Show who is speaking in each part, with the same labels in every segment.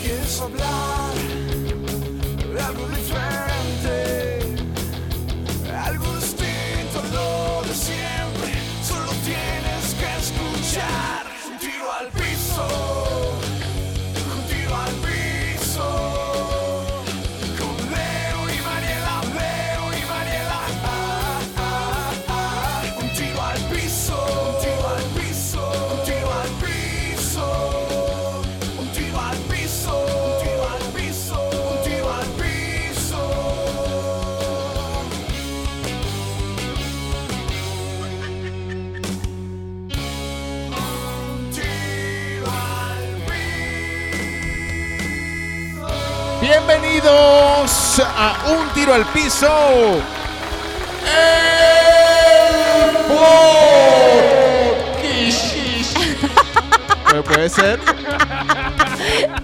Speaker 1: queremos hablar de algo diferente, algo distinto a lo de siempre. Solo tienes que escuchar. Un tiro al piso, un tiro al piso. Con Leo y Mariela, Leo y Mariela. Ah, ah, ah. Un tiro al piso, un tiro al piso, un tiro al piso. Un tiro al piso, un tiro al piso, un tiro al piso. Un tiro al
Speaker 2: Bienvenidos a Un Tiro al Piso. El podcast. Pues puede ser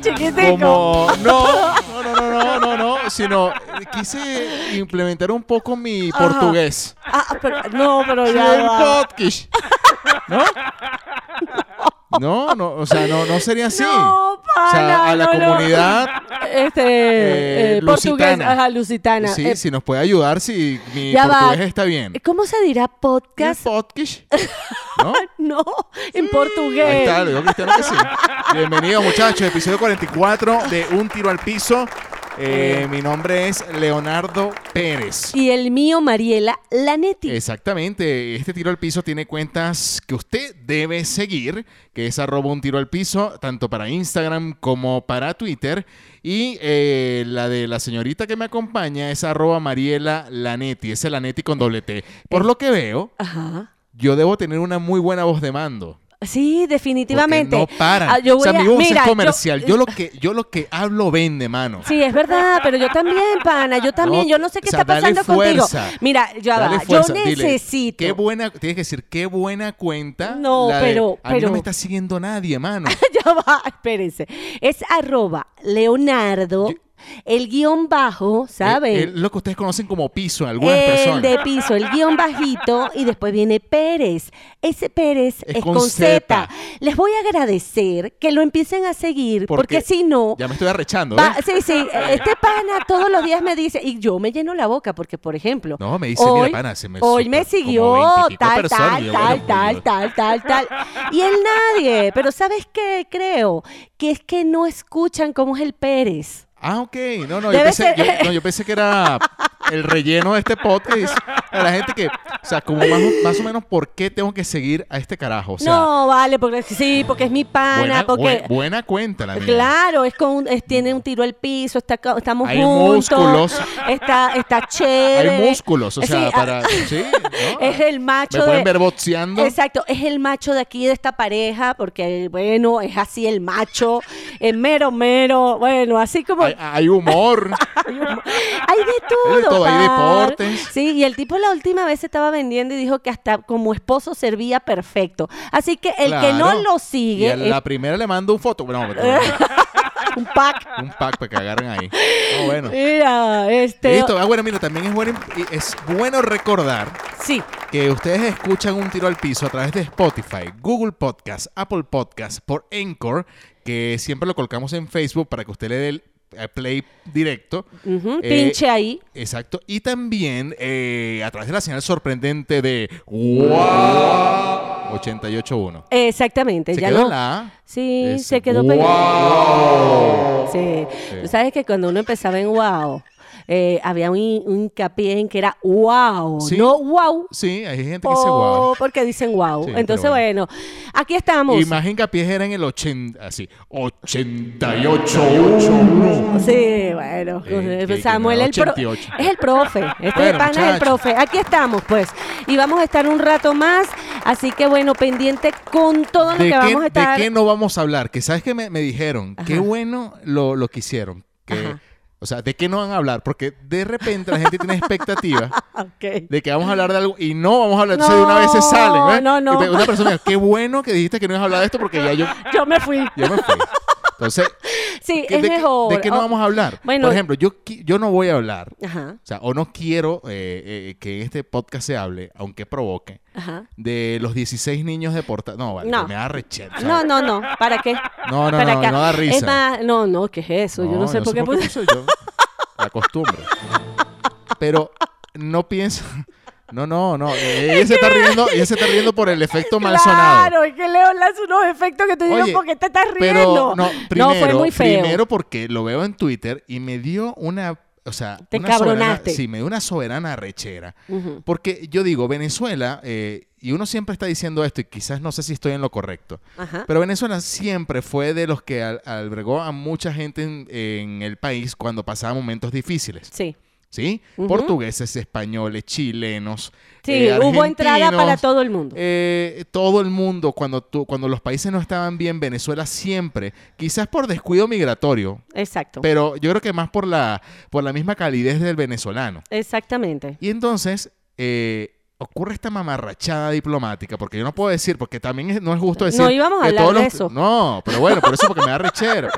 Speaker 3: Chiquitico.
Speaker 2: como no, no, no, no, no, no, no, sino quise implementar un poco mi
Speaker 3: Ajá.
Speaker 2: portugués.
Speaker 3: Ah, pero- no, pero ya.
Speaker 2: El
Speaker 3: va.
Speaker 2: podcast. ¿No? No, no, o sea, no, no sería así.
Speaker 3: No,
Speaker 2: o sea,
Speaker 3: pana,
Speaker 2: a la
Speaker 3: no, no.
Speaker 2: comunidad
Speaker 3: Este.
Speaker 2: Eh,
Speaker 3: eh, portugués.
Speaker 2: lusitana.
Speaker 3: Ajá, lusitana.
Speaker 2: Sí,
Speaker 3: Eh,
Speaker 2: si nos puede ayudar, si mi
Speaker 3: ya va.
Speaker 2: portugués está bien.
Speaker 3: ¿Cómo se dirá
Speaker 2: ¿El
Speaker 3: podcast?
Speaker 2: podcast? ¿No?
Speaker 3: No, en portugués.
Speaker 2: Ahí está, le digo a Cristiano que sí. Bienvenido, muchachos, episodio 44 de Un Tiro al Piso. Eh, mi nombre es Leonardo Pérez.
Speaker 3: Y el mío, Mariela Lanetti.
Speaker 2: Exactamente, este tiro al piso tiene cuentas que usted debe seguir, que es arroba un tiro al piso, tanto para Instagram como para Twitter. Y eh, la de la señorita que me acompaña es arroba Mariela Lanetti, ese Lanetti con doble T. Por lo que veo,
Speaker 3: Ajá.
Speaker 2: yo debo tener una muy buena voz de mando.
Speaker 3: Sí,
Speaker 2: porque
Speaker 3: definitivamente.
Speaker 2: No paran.
Speaker 3: Ah, yo
Speaker 2: o sea,
Speaker 3: voy a-
Speaker 2: mi voz
Speaker 3: mira,
Speaker 2: es
Speaker 3: yo-
Speaker 2: comercial. Yo, lo que, yo lo que hablo vende, mano.
Speaker 3: Sí, es verdad, pero yo también, pana, yo también, yo no sé qué
Speaker 2: o sea,
Speaker 3: está
Speaker 2: dale
Speaker 3: pasando
Speaker 2: fuerza.
Speaker 3: contigo. Mira, ya
Speaker 2: Dale
Speaker 3: va,
Speaker 2: fuerza,
Speaker 3: yo
Speaker 2: dile,
Speaker 3: necesito.
Speaker 2: qué buena, tienes que decir, qué buena cuenta.
Speaker 3: No,
Speaker 2: la de,
Speaker 3: pero-
Speaker 2: A mí no
Speaker 3: pero-
Speaker 2: me está siguiendo nadie, mano. Eh,
Speaker 3: ya va, espérense. Es arroba Leonardo, el guión bajo, ¿saben?
Speaker 2: Es
Speaker 3: El,
Speaker 2: eh, lo que ustedes conocen como piso en algunas personas.
Speaker 3: de piso, el guión bajito, y después viene Pérez. Ese Pérez
Speaker 2: Es
Speaker 3: es,
Speaker 2: con
Speaker 3: con,
Speaker 2: zeta.
Speaker 3: Z. Les voy a agradecer que lo empiecen a seguir, porque, si no.
Speaker 2: Ya me estoy arrechando,
Speaker 3: va-
Speaker 2: ¿eh?
Speaker 3: sí, sí, este pana todos los días me dice, y yo me lleno la boca, porque, por ejemplo.
Speaker 2: No, me dice,
Speaker 3: hoy,
Speaker 2: mira, pana, se me
Speaker 3: hoy me
Speaker 2: super- como
Speaker 3: siguió
Speaker 2: 20 y pico
Speaker 3: tal,
Speaker 2: personas,
Speaker 3: tal,
Speaker 2: y yo,
Speaker 3: tal,
Speaker 2: bueno,
Speaker 3: tal,
Speaker 2: pues,
Speaker 3: tal, tal, tal. Y él nadie. Pero ¿sabes qué? Creo que es que no escuchan cómo es el Pérez.
Speaker 2: Ah, ok. No, no, yo
Speaker 3: Debe
Speaker 2: pensé,
Speaker 3: ser-
Speaker 2: yo, no, yo pensé que era el relleno de este podcast. A la gente que, o sea, como más, o- más o menos, ¿por qué tengo que seguir a este carajo? O sea,
Speaker 3: no, vale, porque sí, porque es mi pana,
Speaker 2: buena,
Speaker 3: porque...
Speaker 2: buen- buena cuenta la mía.
Speaker 3: Claro, es con un- es- tiene un tiro al piso, está, co- estamos
Speaker 2: Hay
Speaker 3: juntos,
Speaker 2: músculos.
Speaker 3: está, está
Speaker 2: Hay
Speaker 3: chévere.
Speaker 2: músculos, o
Speaker 3: Sí,
Speaker 2: sea,
Speaker 3: ah,
Speaker 2: para... sí, ¿no?
Speaker 3: es el macho
Speaker 2: Me pueden
Speaker 3: de-
Speaker 2: ver boxeando.
Speaker 3: Exacto, es el macho de aquí de esta pareja, porque bueno, es así el macho, es mero, mero, bueno, así como
Speaker 2: Hay, hay humor.
Speaker 3: Hay un- hay de todo.
Speaker 2: Hay de todo, hay
Speaker 3: par.
Speaker 2: deportes.
Speaker 3: Sí, y el tipo la última vez se estaba vendiendo y dijo que hasta como esposo servía perfecto. Así que el que no
Speaker 2: claro.
Speaker 3: lo
Speaker 2: Y
Speaker 3: sigue
Speaker 2: a la primera le mando un foto. Bueno, pero-
Speaker 3: es un pack.
Speaker 2: un pack para que agarren ahí. Ah, bueno.
Speaker 3: Mira, este.
Speaker 2: Listo. Ah, bueno, mira, también es bueno, es bueno recordar
Speaker 3: Sí,
Speaker 2: que ustedes escuchan un tiro al piso a través de Spotify, Google Podcast, Apple Podcast, por Anchor, que siempre lo colocamos en Facebook para que usted le dé el eh, play directo.
Speaker 3: ujú,
Speaker 2: Eh,
Speaker 3: pinche ahí.
Speaker 2: Exacto. Y también eh, a través de la señal sorprendente de wow 88.1.
Speaker 3: Exactamente,
Speaker 2: Se
Speaker 3: ya
Speaker 2: quedó
Speaker 3: no.
Speaker 2: en la A.
Speaker 3: Sí,
Speaker 2: Eso.
Speaker 3: se quedó pegado. Sí. Tú sabes que cuando uno empezaba en wow, eh, había un, un hincapié en que era wow,
Speaker 2: Sí.
Speaker 3: no wow.
Speaker 2: Sí, hay gente que dice wow.
Speaker 3: po- Porque dicen wow.
Speaker 2: Sí, pero
Speaker 3: Entonces,
Speaker 2: bueno.
Speaker 3: bueno. aquí estamos.
Speaker 2: Y más hincapié era en el ah, 80, así, 88.
Speaker 3: Sí, bueno.
Speaker 2: Eh, que- que
Speaker 3: Samuel
Speaker 2: no,
Speaker 3: el pro-
Speaker 2: 88.
Speaker 3: es el profe. Este
Speaker 2: Bueno,
Speaker 3: pana es el
Speaker 2: muchacho.
Speaker 3: profe. Aquí estamos, pues. Y vamos a estar un rato más. Así que, bueno, pendiente con todo lo
Speaker 2: ¿De
Speaker 3: que
Speaker 2: qué,
Speaker 3: vamos a
Speaker 2: de
Speaker 3: estar.
Speaker 2: qué no vamos a hablar? Que sabes que me, me dijeron, qué
Speaker 3: Ajá.
Speaker 2: bueno lo, lo que hicieron. Que,
Speaker 3: Ajá.
Speaker 2: o sea, ¿de qué no van a hablar? Porque de repente la gente tiene expectativas
Speaker 3: Ok.
Speaker 2: de que vamos a hablar de algo y no vamos a hablar. Entonces de una vez se
Speaker 3: No,
Speaker 2: salen. ¿ves?
Speaker 3: no, no.
Speaker 2: Y pe- una persona me dijo, qué bueno que dijiste que no ibas a hablar de esto porque ya yo,
Speaker 3: Yo me fui.
Speaker 2: ya me fui. Entonces,
Speaker 3: Sí,
Speaker 2: ¿qué-
Speaker 3: es
Speaker 2: de, qué-
Speaker 3: mejor.
Speaker 2: ¿de qué no
Speaker 3: Oh,
Speaker 2: vamos a hablar?
Speaker 3: bueno.
Speaker 2: Por ejemplo, yo, qui- yo no voy a hablar,
Speaker 3: Ajá,
Speaker 2: o sea, o no quiero eh, eh, que en este podcast se hable, aunque provoque,
Speaker 3: ajá.
Speaker 2: de los 16 niños deportados. No, vale,
Speaker 3: No.
Speaker 2: me da rechera. o sea,
Speaker 3: No, no, no. ¿Para qué?
Speaker 2: No, no,
Speaker 3: Para
Speaker 2: no,
Speaker 3: acá.
Speaker 2: no da risa.
Speaker 3: Es más, no, no, ¿qué es eso? yo no sé por qué puse.
Speaker 2: puse yo. La costumbre. Pero no pienso. No, no, no. Ella se está riendo, ella se está riendo por el efecto mal sonado.
Speaker 3: Claro, es que Leo lanza unos efectos que tú dices,
Speaker 2: Oye,
Speaker 3: ¿por qué te estás riendo?
Speaker 2: Pero no, primero,
Speaker 3: fue muy feo.
Speaker 2: primero porque lo veo en Twitter y me dio una, o sea,
Speaker 3: Te
Speaker 2: una soberana-
Speaker 3: cabronaste.
Speaker 2: sí, me dio una soberana rechera.
Speaker 3: Ujú.
Speaker 2: Porque yo digo, Venezuela, eh, y uno siempre está diciendo esto, y quizás no sé si estoy en lo correcto,
Speaker 3: Ajá.
Speaker 2: pero Venezuela siempre fue de los que al- albergó a mucha gente en, en el país cuando pasaba momentos difíciles.
Speaker 3: Sí.
Speaker 2: ¿Sí?
Speaker 3: Ujú.
Speaker 2: Portugueses, españoles, chilenos.
Speaker 3: Sí,
Speaker 2: eh,
Speaker 3: hubo entrada
Speaker 2: argentinos,
Speaker 3: para todo el mundo.
Speaker 2: eh, todo el mundo, cuando, tú- cuando los países no estaban bien, Venezuela siempre, quizás por descuido migratorio,
Speaker 3: Exacto.
Speaker 2: pero yo creo que más por la, por la misma calidez del venezolano.
Speaker 3: Exactamente.
Speaker 2: Y entonces eh, ocurre esta mamarrachada diplomática, porque yo no puedo decir, porque también es- no es justo decir.
Speaker 3: No íbamos a
Speaker 2: que
Speaker 3: hablar
Speaker 2: todos
Speaker 3: de
Speaker 2: los-
Speaker 3: eso.
Speaker 2: No, pero bueno, por eso porque me da rechero.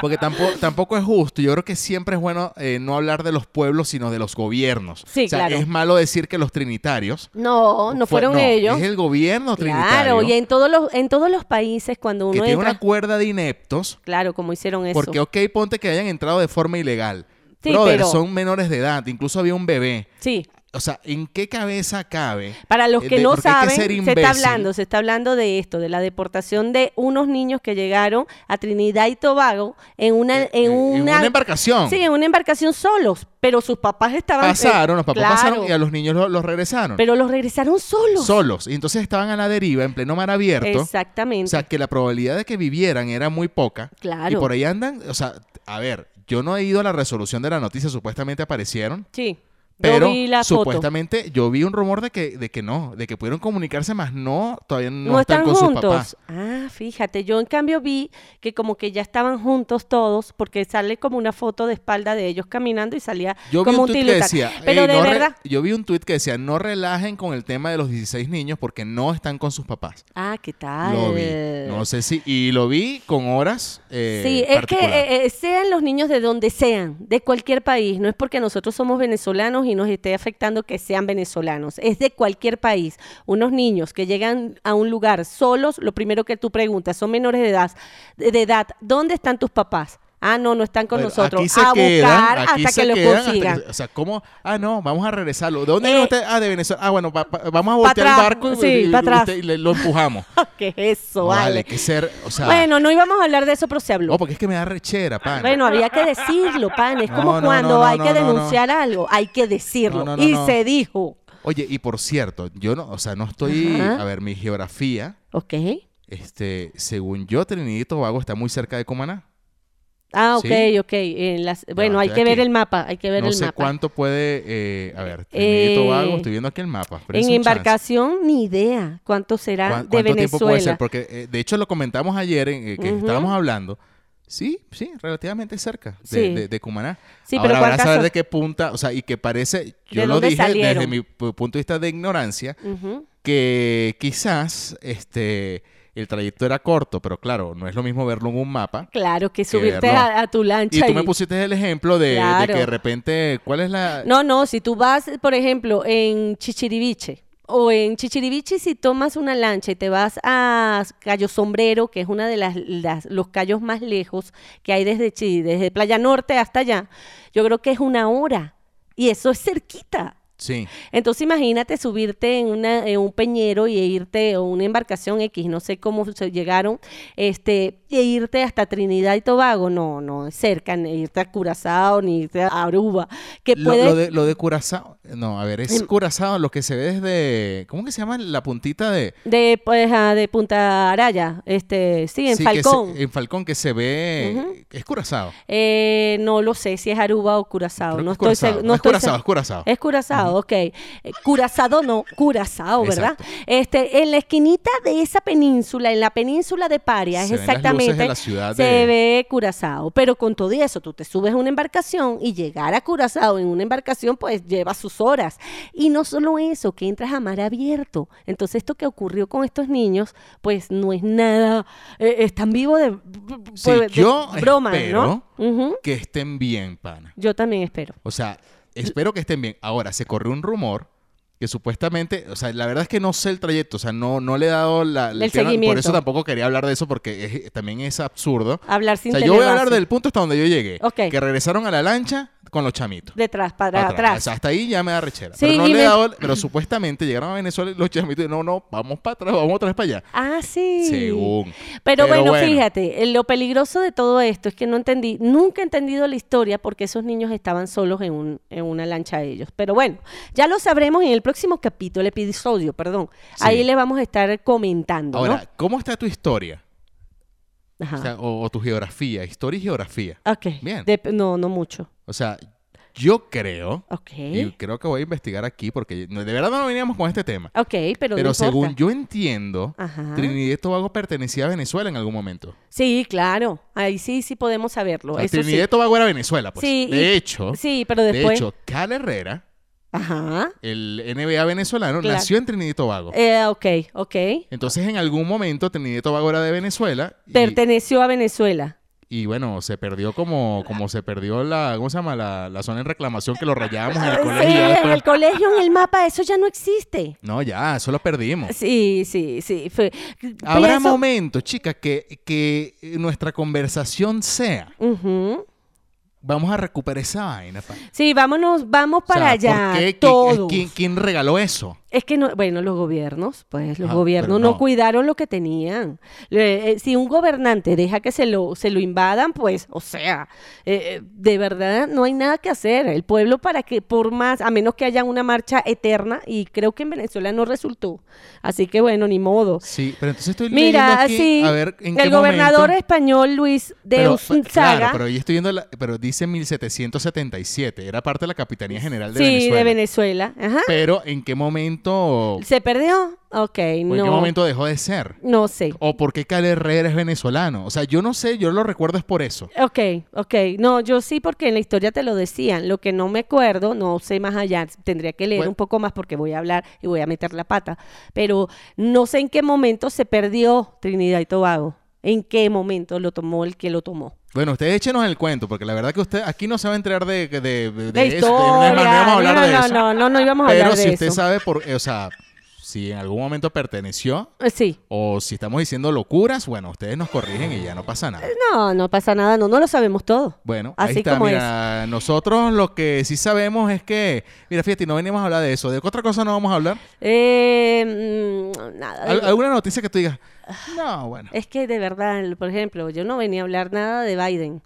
Speaker 2: Porque tampoco, tampoco es justo. Yo creo que siempre es bueno eh, no hablar de los pueblos, sino de los gobiernos.
Speaker 3: Sí,
Speaker 2: o sea,
Speaker 3: claro.
Speaker 2: es malo decir que los trinitarios.
Speaker 3: No, no
Speaker 2: fue-
Speaker 3: fueron
Speaker 2: no,
Speaker 3: ellos.
Speaker 2: Es el gobierno trinitario.
Speaker 3: Claro, y en todos los, en todos los países cuando
Speaker 2: que
Speaker 3: uno
Speaker 2: tiene
Speaker 3: entra,
Speaker 2: una cuerda de ineptos.
Speaker 3: claro, como hicieron eso.
Speaker 2: Porque, ok, ponte que hayan entrado de forma ilegal.
Speaker 3: Sí,
Speaker 2: Brother,
Speaker 3: pero-
Speaker 2: son menores de edad. Incluso había un bebé.
Speaker 3: Sí.
Speaker 2: O sea, ¿en qué cabeza cabe?
Speaker 3: Para los
Speaker 2: Eh,
Speaker 3: que
Speaker 2: de-
Speaker 3: no
Speaker 2: porque hay que
Speaker 3: saben,
Speaker 2: ser
Speaker 3: se
Speaker 2: imbécil.
Speaker 3: está hablando, se está hablando de esto, de la deportación de unos niños que llegaron a Trinidad y Tobago en una
Speaker 2: Eh,
Speaker 3: en una,
Speaker 2: embarcación.
Speaker 3: Sí, en una embarcación solos, pero sus papás estaban eh,
Speaker 2: pasaron, los papás
Speaker 3: claro,
Speaker 2: pasaron y a los niños lo- los, regresaron.
Speaker 3: pero los regresaron solos.
Speaker 2: solos. Y entonces estaban a la deriva, en pleno mar abierto.
Speaker 3: Exactamente.
Speaker 2: O sea, que la probabilidad de que vivieran era muy poca.
Speaker 3: Claro.
Speaker 2: Y por ahí andan, o sea, a ver, yo no he ido a la resolución de la noticia, supuestamente aparecieron.
Speaker 3: sí.
Speaker 2: Pero
Speaker 3: yo vi la foto.
Speaker 2: supuestamente yo vi un rumor de que, de que no, de que pudieron comunicarse, más no, todavía no,
Speaker 3: No, están,
Speaker 2: con sus
Speaker 3: juntos.
Speaker 2: papás.
Speaker 3: Ah, fíjate, yo en cambio vi que como que ya estaban juntos todos, porque sale como una foto de espalda de ellos caminando y salía
Speaker 2: Yo vi
Speaker 3: como
Speaker 2: un
Speaker 3: un
Speaker 2: tuit que
Speaker 3: tilután.
Speaker 2: decía,
Speaker 3: Pero
Speaker 2: "Ey,
Speaker 3: de
Speaker 2: no re-
Speaker 3: verdad.
Speaker 2: yo vi un tuit que decía, no relajen con el tema de los 16 niños porque no están con sus papás.
Speaker 3: Ah, ¿qué tal?
Speaker 2: Lo vi. No sé si. Y lo vi con horas. eh,
Speaker 3: Sí, es que
Speaker 2: particular.
Speaker 3: eh, eh, sean los niños de donde sean, de cualquier país, no es porque nosotros somos venezolanos y nos esté afectando que sean venezolanos, es de cualquier país. Unos niños que llegan a un lugar solos, lo primero que tú preguntas, son menores de edad, de de edad ¿dónde están tus papás? Ah, no, no están con
Speaker 2: Bueno,
Speaker 3: nosotros.
Speaker 2: aquí se
Speaker 3: a
Speaker 2: quedan,
Speaker 3: buscar
Speaker 2: aquí
Speaker 3: hasta
Speaker 2: se
Speaker 3: que lo
Speaker 2: quedan, hasta que-
Speaker 3: consigan.
Speaker 2: o sea, ¿cómo? Ah, no, vamos a regresarlo. ¿De dónde viene
Speaker 3: Eh,
Speaker 2: usted? Ah, de Venezuela. Ah, bueno, pa- pa- vamos a voltear el
Speaker 3: atrás,
Speaker 2: barco y,
Speaker 3: sí,
Speaker 2: y- y
Speaker 3: pa' atrás.
Speaker 2: usted- y le- lo empujamos.
Speaker 3: ¿Qué es eso?
Speaker 2: No,
Speaker 3: vale.
Speaker 2: vale, que ser. O sea.
Speaker 3: Bueno, no íbamos a hablar de eso, pero se habló.
Speaker 2: no, porque es que me da rechera, pan.
Speaker 3: Bueno, había que decirlo, pan. Es
Speaker 2: No,
Speaker 3: como
Speaker 2: no, no,
Speaker 3: cuando
Speaker 2: no,
Speaker 3: hay
Speaker 2: no,
Speaker 3: que
Speaker 2: no, no.
Speaker 3: denunciar algo, hay que decirlo.
Speaker 2: No, no, no,
Speaker 3: y
Speaker 2: no.
Speaker 3: se dijo.
Speaker 2: Oye, y por cierto, yo no, o sea, no estoy.
Speaker 3: Ajá.
Speaker 2: A ver, mi geografía.
Speaker 3: ¿Ok?
Speaker 2: Este, según yo, Trinidad y Tobago está muy cerca de Cumaná.
Speaker 3: Ah, ok,
Speaker 2: Sí.
Speaker 3: ok. En las- bueno, hay
Speaker 2: estoy
Speaker 3: que ver
Speaker 2: aquí.
Speaker 3: el mapa, hay que ver
Speaker 2: no
Speaker 3: el
Speaker 2: sé
Speaker 3: mapa.
Speaker 2: cuánto puede. eh, a ver, Trinidad y
Speaker 3: Eh,
Speaker 2: Tobago, estoy viendo aquí el mapa. pero es
Speaker 3: en
Speaker 2: un chance.
Speaker 3: embarcación, ni idea cuánto será
Speaker 2: ¿Cuán-
Speaker 3: de
Speaker 2: ¿Cuánto tiempo puede
Speaker 3: Venezuela.
Speaker 2: ser? Porque eh, de hecho lo comentamos ayer en eh, que
Speaker 3: Ujú.
Speaker 2: estábamos hablando. Sí, sí, relativamente cerca de,
Speaker 3: Sí.
Speaker 2: de- de Cumaná.
Speaker 3: Sí,
Speaker 2: Ahora
Speaker 3: pero
Speaker 2: habrá
Speaker 3: ¿cuántas
Speaker 2: saber
Speaker 3: son?
Speaker 2: de qué punta, o sea, y que parece, yo
Speaker 3: ¿De
Speaker 2: lo
Speaker 3: dónde
Speaker 2: dije desde
Speaker 3: salieron?
Speaker 2: mi pu- punto de vista de ignorancia,
Speaker 3: Ujú.
Speaker 2: que quizás este el trayecto era corto, pero claro, no es lo mismo verlo en un mapa.
Speaker 3: Claro, que subirte
Speaker 2: verlo.
Speaker 3: a, a tu lancha.
Speaker 2: Y tú me
Speaker 3: y-
Speaker 2: pusiste el ejemplo de, de
Speaker 3: Claro.
Speaker 2: que de repente, ¿cuál es la...?
Speaker 3: No, no, si tú vas, por ejemplo, en Chichiriviche o en Chichiriviche si tomas una lancha y te vas a Cayo Sombrero, que es una de las, las- los callos más lejos que hay desde Chi, desde Playa Norte hasta allá, yo creo que es una hora y eso es cerquita.
Speaker 2: Sí.
Speaker 3: Entonces imagínate subirte en, una, en un peñero y irte o una embarcación X, no sé cómo se llegaron, este, e irte hasta Trinidad y Tobago, no, no, es cerca, ni irte a Curazao, ni irte a Aruba, que
Speaker 2: Lo,
Speaker 3: puede... Em,
Speaker 2: lo de, lo de Curazao, no, a ver, es Curazao lo que se ve desde, ¿cómo que se llama? La puntita de...
Speaker 3: De, pues, ah, de Punta Araya, este, sí, en
Speaker 2: Sí, eh, que se-
Speaker 3: Falcón.
Speaker 2: en Falcón que se ve. Es Curazao.
Speaker 3: Eh, no lo sé si es Aruba o
Speaker 2: Creo
Speaker 3: Curazao.
Speaker 2: que
Speaker 3: No
Speaker 2: es
Speaker 3: estoy
Speaker 2: Curazao.
Speaker 3: seg-
Speaker 2: No
Speaker 3: no
Speaker 2: es
Speaker 3: estoy
Speaker 2: Curazao,
Speaker 3: seg-
Speaker 2: es Curazao.
Speaker 3: Es Curazao, ok. Eh, Curazao no, Curazao, ¿verdad?
Speaker 2: Exacto.
Speaker 3: Este, en la esquinita de esa península, en la península de Paria, es
Speaker 2: Se ven las luces de
Speaker 3: exactamente.
Speaker 2: la ciudad
Speaker 3: se
Speaker 2: de-
Speaker 3: ve Curazao. Pero con todo y eso, tú te subes a una embarcación y llegar a Curazao claro, en una embarcación pues lleva sus horas. Y no solo eso, que entras a mar abierto. Entonces esto que ocurrió con estos niños pues no es nada, eh, están vivos de,
Speaker 2: Sí,
Speaker 3: pues, de
Speaker 2: yo
Speaker 3: broma,
Speaker 2: espero
Speaker 3: ¿no? Ujú.
Speaker 2: que estén bien, pana.
Speaker 3: Yo también espero.
Speaker 2: O sea, espero que estén bien. Ahora, se corrió un rumor que supuestamente, o sea, la verdad es que no sé el trayecto, o sea, no, no le he dado la,
Speaker 3: El
Speaker 2: tema, Por
Speaker 3: seguimiento.
Speaker 2: eso tampoco quería hablar de eso porque es- eh, también es absurdo.
Speaker 3: Hablar
Speaker 2: O
Speaker 3: sin
Speaker 2: sea, yo voy a
Speaker 3: tener
Speaker 2: hablar
Speaker 3: base.
Speaker 2: del punto hasta donde yo llegué.
Speaker 3: Ok.
Speaker 2: Que regresaron a la lancha con los chamitos.
Speaker 3: Detrás, para
Speaker 2: Atrás.
Speaker 3: atrás.
Speaker 2: O sea, hasta ahí ya me da rechera.
Speaker 3: Sí,
Speaker 2: pero no le
Speaker 3: y
Speaker 2: he
Speaker 3: me-
Speaker 2: dado, pero supuestamente llegaron a Venezuela y los chamitos y no, no, vamos para atrás, vamos otra vez para allá.
Speaker 3: Ah, sí.
Speaker 2: Según.
Speaker 3: Pero,
Speaker 2: Pero
Speaker 3: bueno,
Speaker 2: bueno.
Speaker 3: fíjate, eh, lo peligroso de todo esto es que no entendí, nunca he entendido la historia porque esos niños estaban solos en, un- en una lancha de ellos. Pero bueno, ya lo sabremos en el próximo capítulo, el episodio, perdón.
Speaker 2: Sí.
Speaker 3: Ahí le vamos a estar comentando,
Speaker 2: Ahora, ¿cómo está tu historia?
Speaker 3: ¿no? Ajá.
Speaker 2: O, sea, o- o tu geografía, historia y geografía.
Speaker 3: ok.
Speaker 2: bien.
Speaker 3: Dep- no, no mucho.
Speaker 2: O sea, yo creo,
Speaker 3: Ok.
Speaker 2: y creo que voy a investigar aquí porque no- de verdad no veníamos con este tema.
Speaker 3: Ok, pero, no
Speaker 2: Pero
Speaker 3: importa.
Speaker 2: según yo entiendo,
Speaker 3: Ajá.
Speaker 2: Trinidad y Tobago pertenecía a Venezuela en algún momento.
Speaker 3: Sí, claro. Ahí sí, sí podemos saberlo.
Speaker 2: O sea,
Speaker 3: Eso sí.
Speaker 2: Trinidad y Tobago era Venezuela, pues.
Speaker 3: Sí,
Speaker 2: de
Speaker 3: y-
Speaker 2: hecho,
Speaker 3: Sí, pero
Speaker 2: de
Speaker 3: después.
Speaker 2: hecho, Cal Herrera,
Speaker 3: Ajá.
Speaker 2: el NBA venezolano,
Speaker 3: Claro.
Speaker 2: nació en Trinidad y Tobago.
Speaker 3: Eh, ok, ok.
Speaker 2: Entonces, en algún momento, Trinidad y Tobago era de Venezuela. y-
Speaker 3: Perteneció a Venezuela.
Speaker 2: Y bueno, se perdió como, como se perdió la, ¿cómo se llama? La, la zona en reclamación que lo rayábamos en el colegio. y ya
Speaker 3: Sí, en
Speaker 2: después-
Speaker 3: el colegio, en el mapa, eso ya no existe.
Speaker 2: No, ya, eso lo perdimos.
Speaker 3: Sí, sí, sí. Fue.
Speaker 2: Habrá
Speaker 3: Pero eso-
Speaker 2: momentos, chicas, que, que nuestra conversación sea.
Speaker 3: Ujú.
Speaker 2: Vamos a recuperar esa vaina. pa. O
Speaker 3: Sí, vámonos, vamos
Speaker 2: sea,
Speaker 3: para
Speaker 2: ¿por
Speaker 3: allá.
Speaker 2: qué? ¿Qui-
Speaker 3: Todos.
Speaker 2: ¿Quién, quién regaló eso?
Speaker 3: Es que no, bueno, los gobiernos, pues los
Speaker 2: Ah, pero
Speaker 3: gobiernos no.
Speaker 2: no.
Speaker 3: cuidaron lo que tenían. Le- eh, si un gobernante deja que se lo, se lo invadan, pues, o sea, eh, eh, de verdad no hay nada que hacer. El pueblo para que, por más, a menos que haya una marcha eterna, y creo que en Venezuela no resultó. Así que bueno, ni modo.
Speaker 2: Sí, pero entonces estoy leyendo
Speaker 3: Mira,
Speaker 2: Pues aquí,
Speaker 3: sí,
Speaker 2: a ver en
Speaker 3: el
Speaker 2: qué
Speaker 3: gobernador
Speaker 2: momento-
Speaker 3: español Luis de
Speaker 2: Pero,
Speaker 3: Gonzaga.
Speaker 2: claro, pero yo estoy viendo, la- pero dice 1777, era parte de la Capitanía General de
Speaker 3: sí,
Speaker 2: Venezuela.
Speaker 3: de Venezuela. Ajá.
Speaker 2: Pero ¿en qué momento
Speaker 3: ¿Se perdió? Ok,
Speaker 2: ¿O
Speaker 3: no.
Speaker 2: ¿En qué momento dejó de ser?
Speaker 3: No sé.
Speaker 2: ¿O por qué Cal Herrera es venezolano? O sea, yo no sé, yo lo recuerdo es por eso.
Speaker 3: Ok, ok. No, yo sí, porque en la historia te lo decían. Lo que no me acuerdo, no sé más allá. Tendría que leer
Speaker 2: Bueno.
Speaker 3: un poco más porque voy a hablar y voy a meter la pata. Pero no sé en qué momento se perdió Trinidad y Tobago. En qué momento lo tomó el que lo tomó.
Speaker 2: Bueno, ustedes échenos el cuento, porque la verdad que usted aquí no se va a enterar de, de, de, de
Speaker 3: De
Speaker 2: eso. no es más, no
Speaker 3: historia.
Speaker 2: íbamos a hablar
Speaker 3: no,
Speaker 2: de
Speaker 3: no,
Speaker 2: eso.
Speaker 3: no, no, no íbamos a
Speaker 2: Pero
Speaker 3: hablar
Speaker 2: si
Speaker 3: de
Speaker 2: usted
Speaker 3: eso.
Speaker 2: sabe por, eh, o sea, si en algún momento perteneció
Speaker 3: Eh, Sí.
Speaker 2: o si estamos diciendo locuras, bueno, ustedes nos corrigen y ya no pasa nada.
Speaker 3: No, no pasa nada. No, no lo sabemos todo.
Speaker 2: Bueno, ahí
Speaker 3: Así
Speaker 2: está.
Speaker 3: como
Speaker 2: mira, nosotros lo que sí sabemos es que, mira, fíjate, no venimos a hablar de eso. ¿De qué otra cosa no vamos a hablar?
Speaker 3: Eh, mm, nada.
Speaker 2: ¿Al- ¿Alguna noticia que tú digas? No, bueno.
Speaker 3: Es que de verdad, el- por ejemplo, yo no venía a hablar nada de Biden.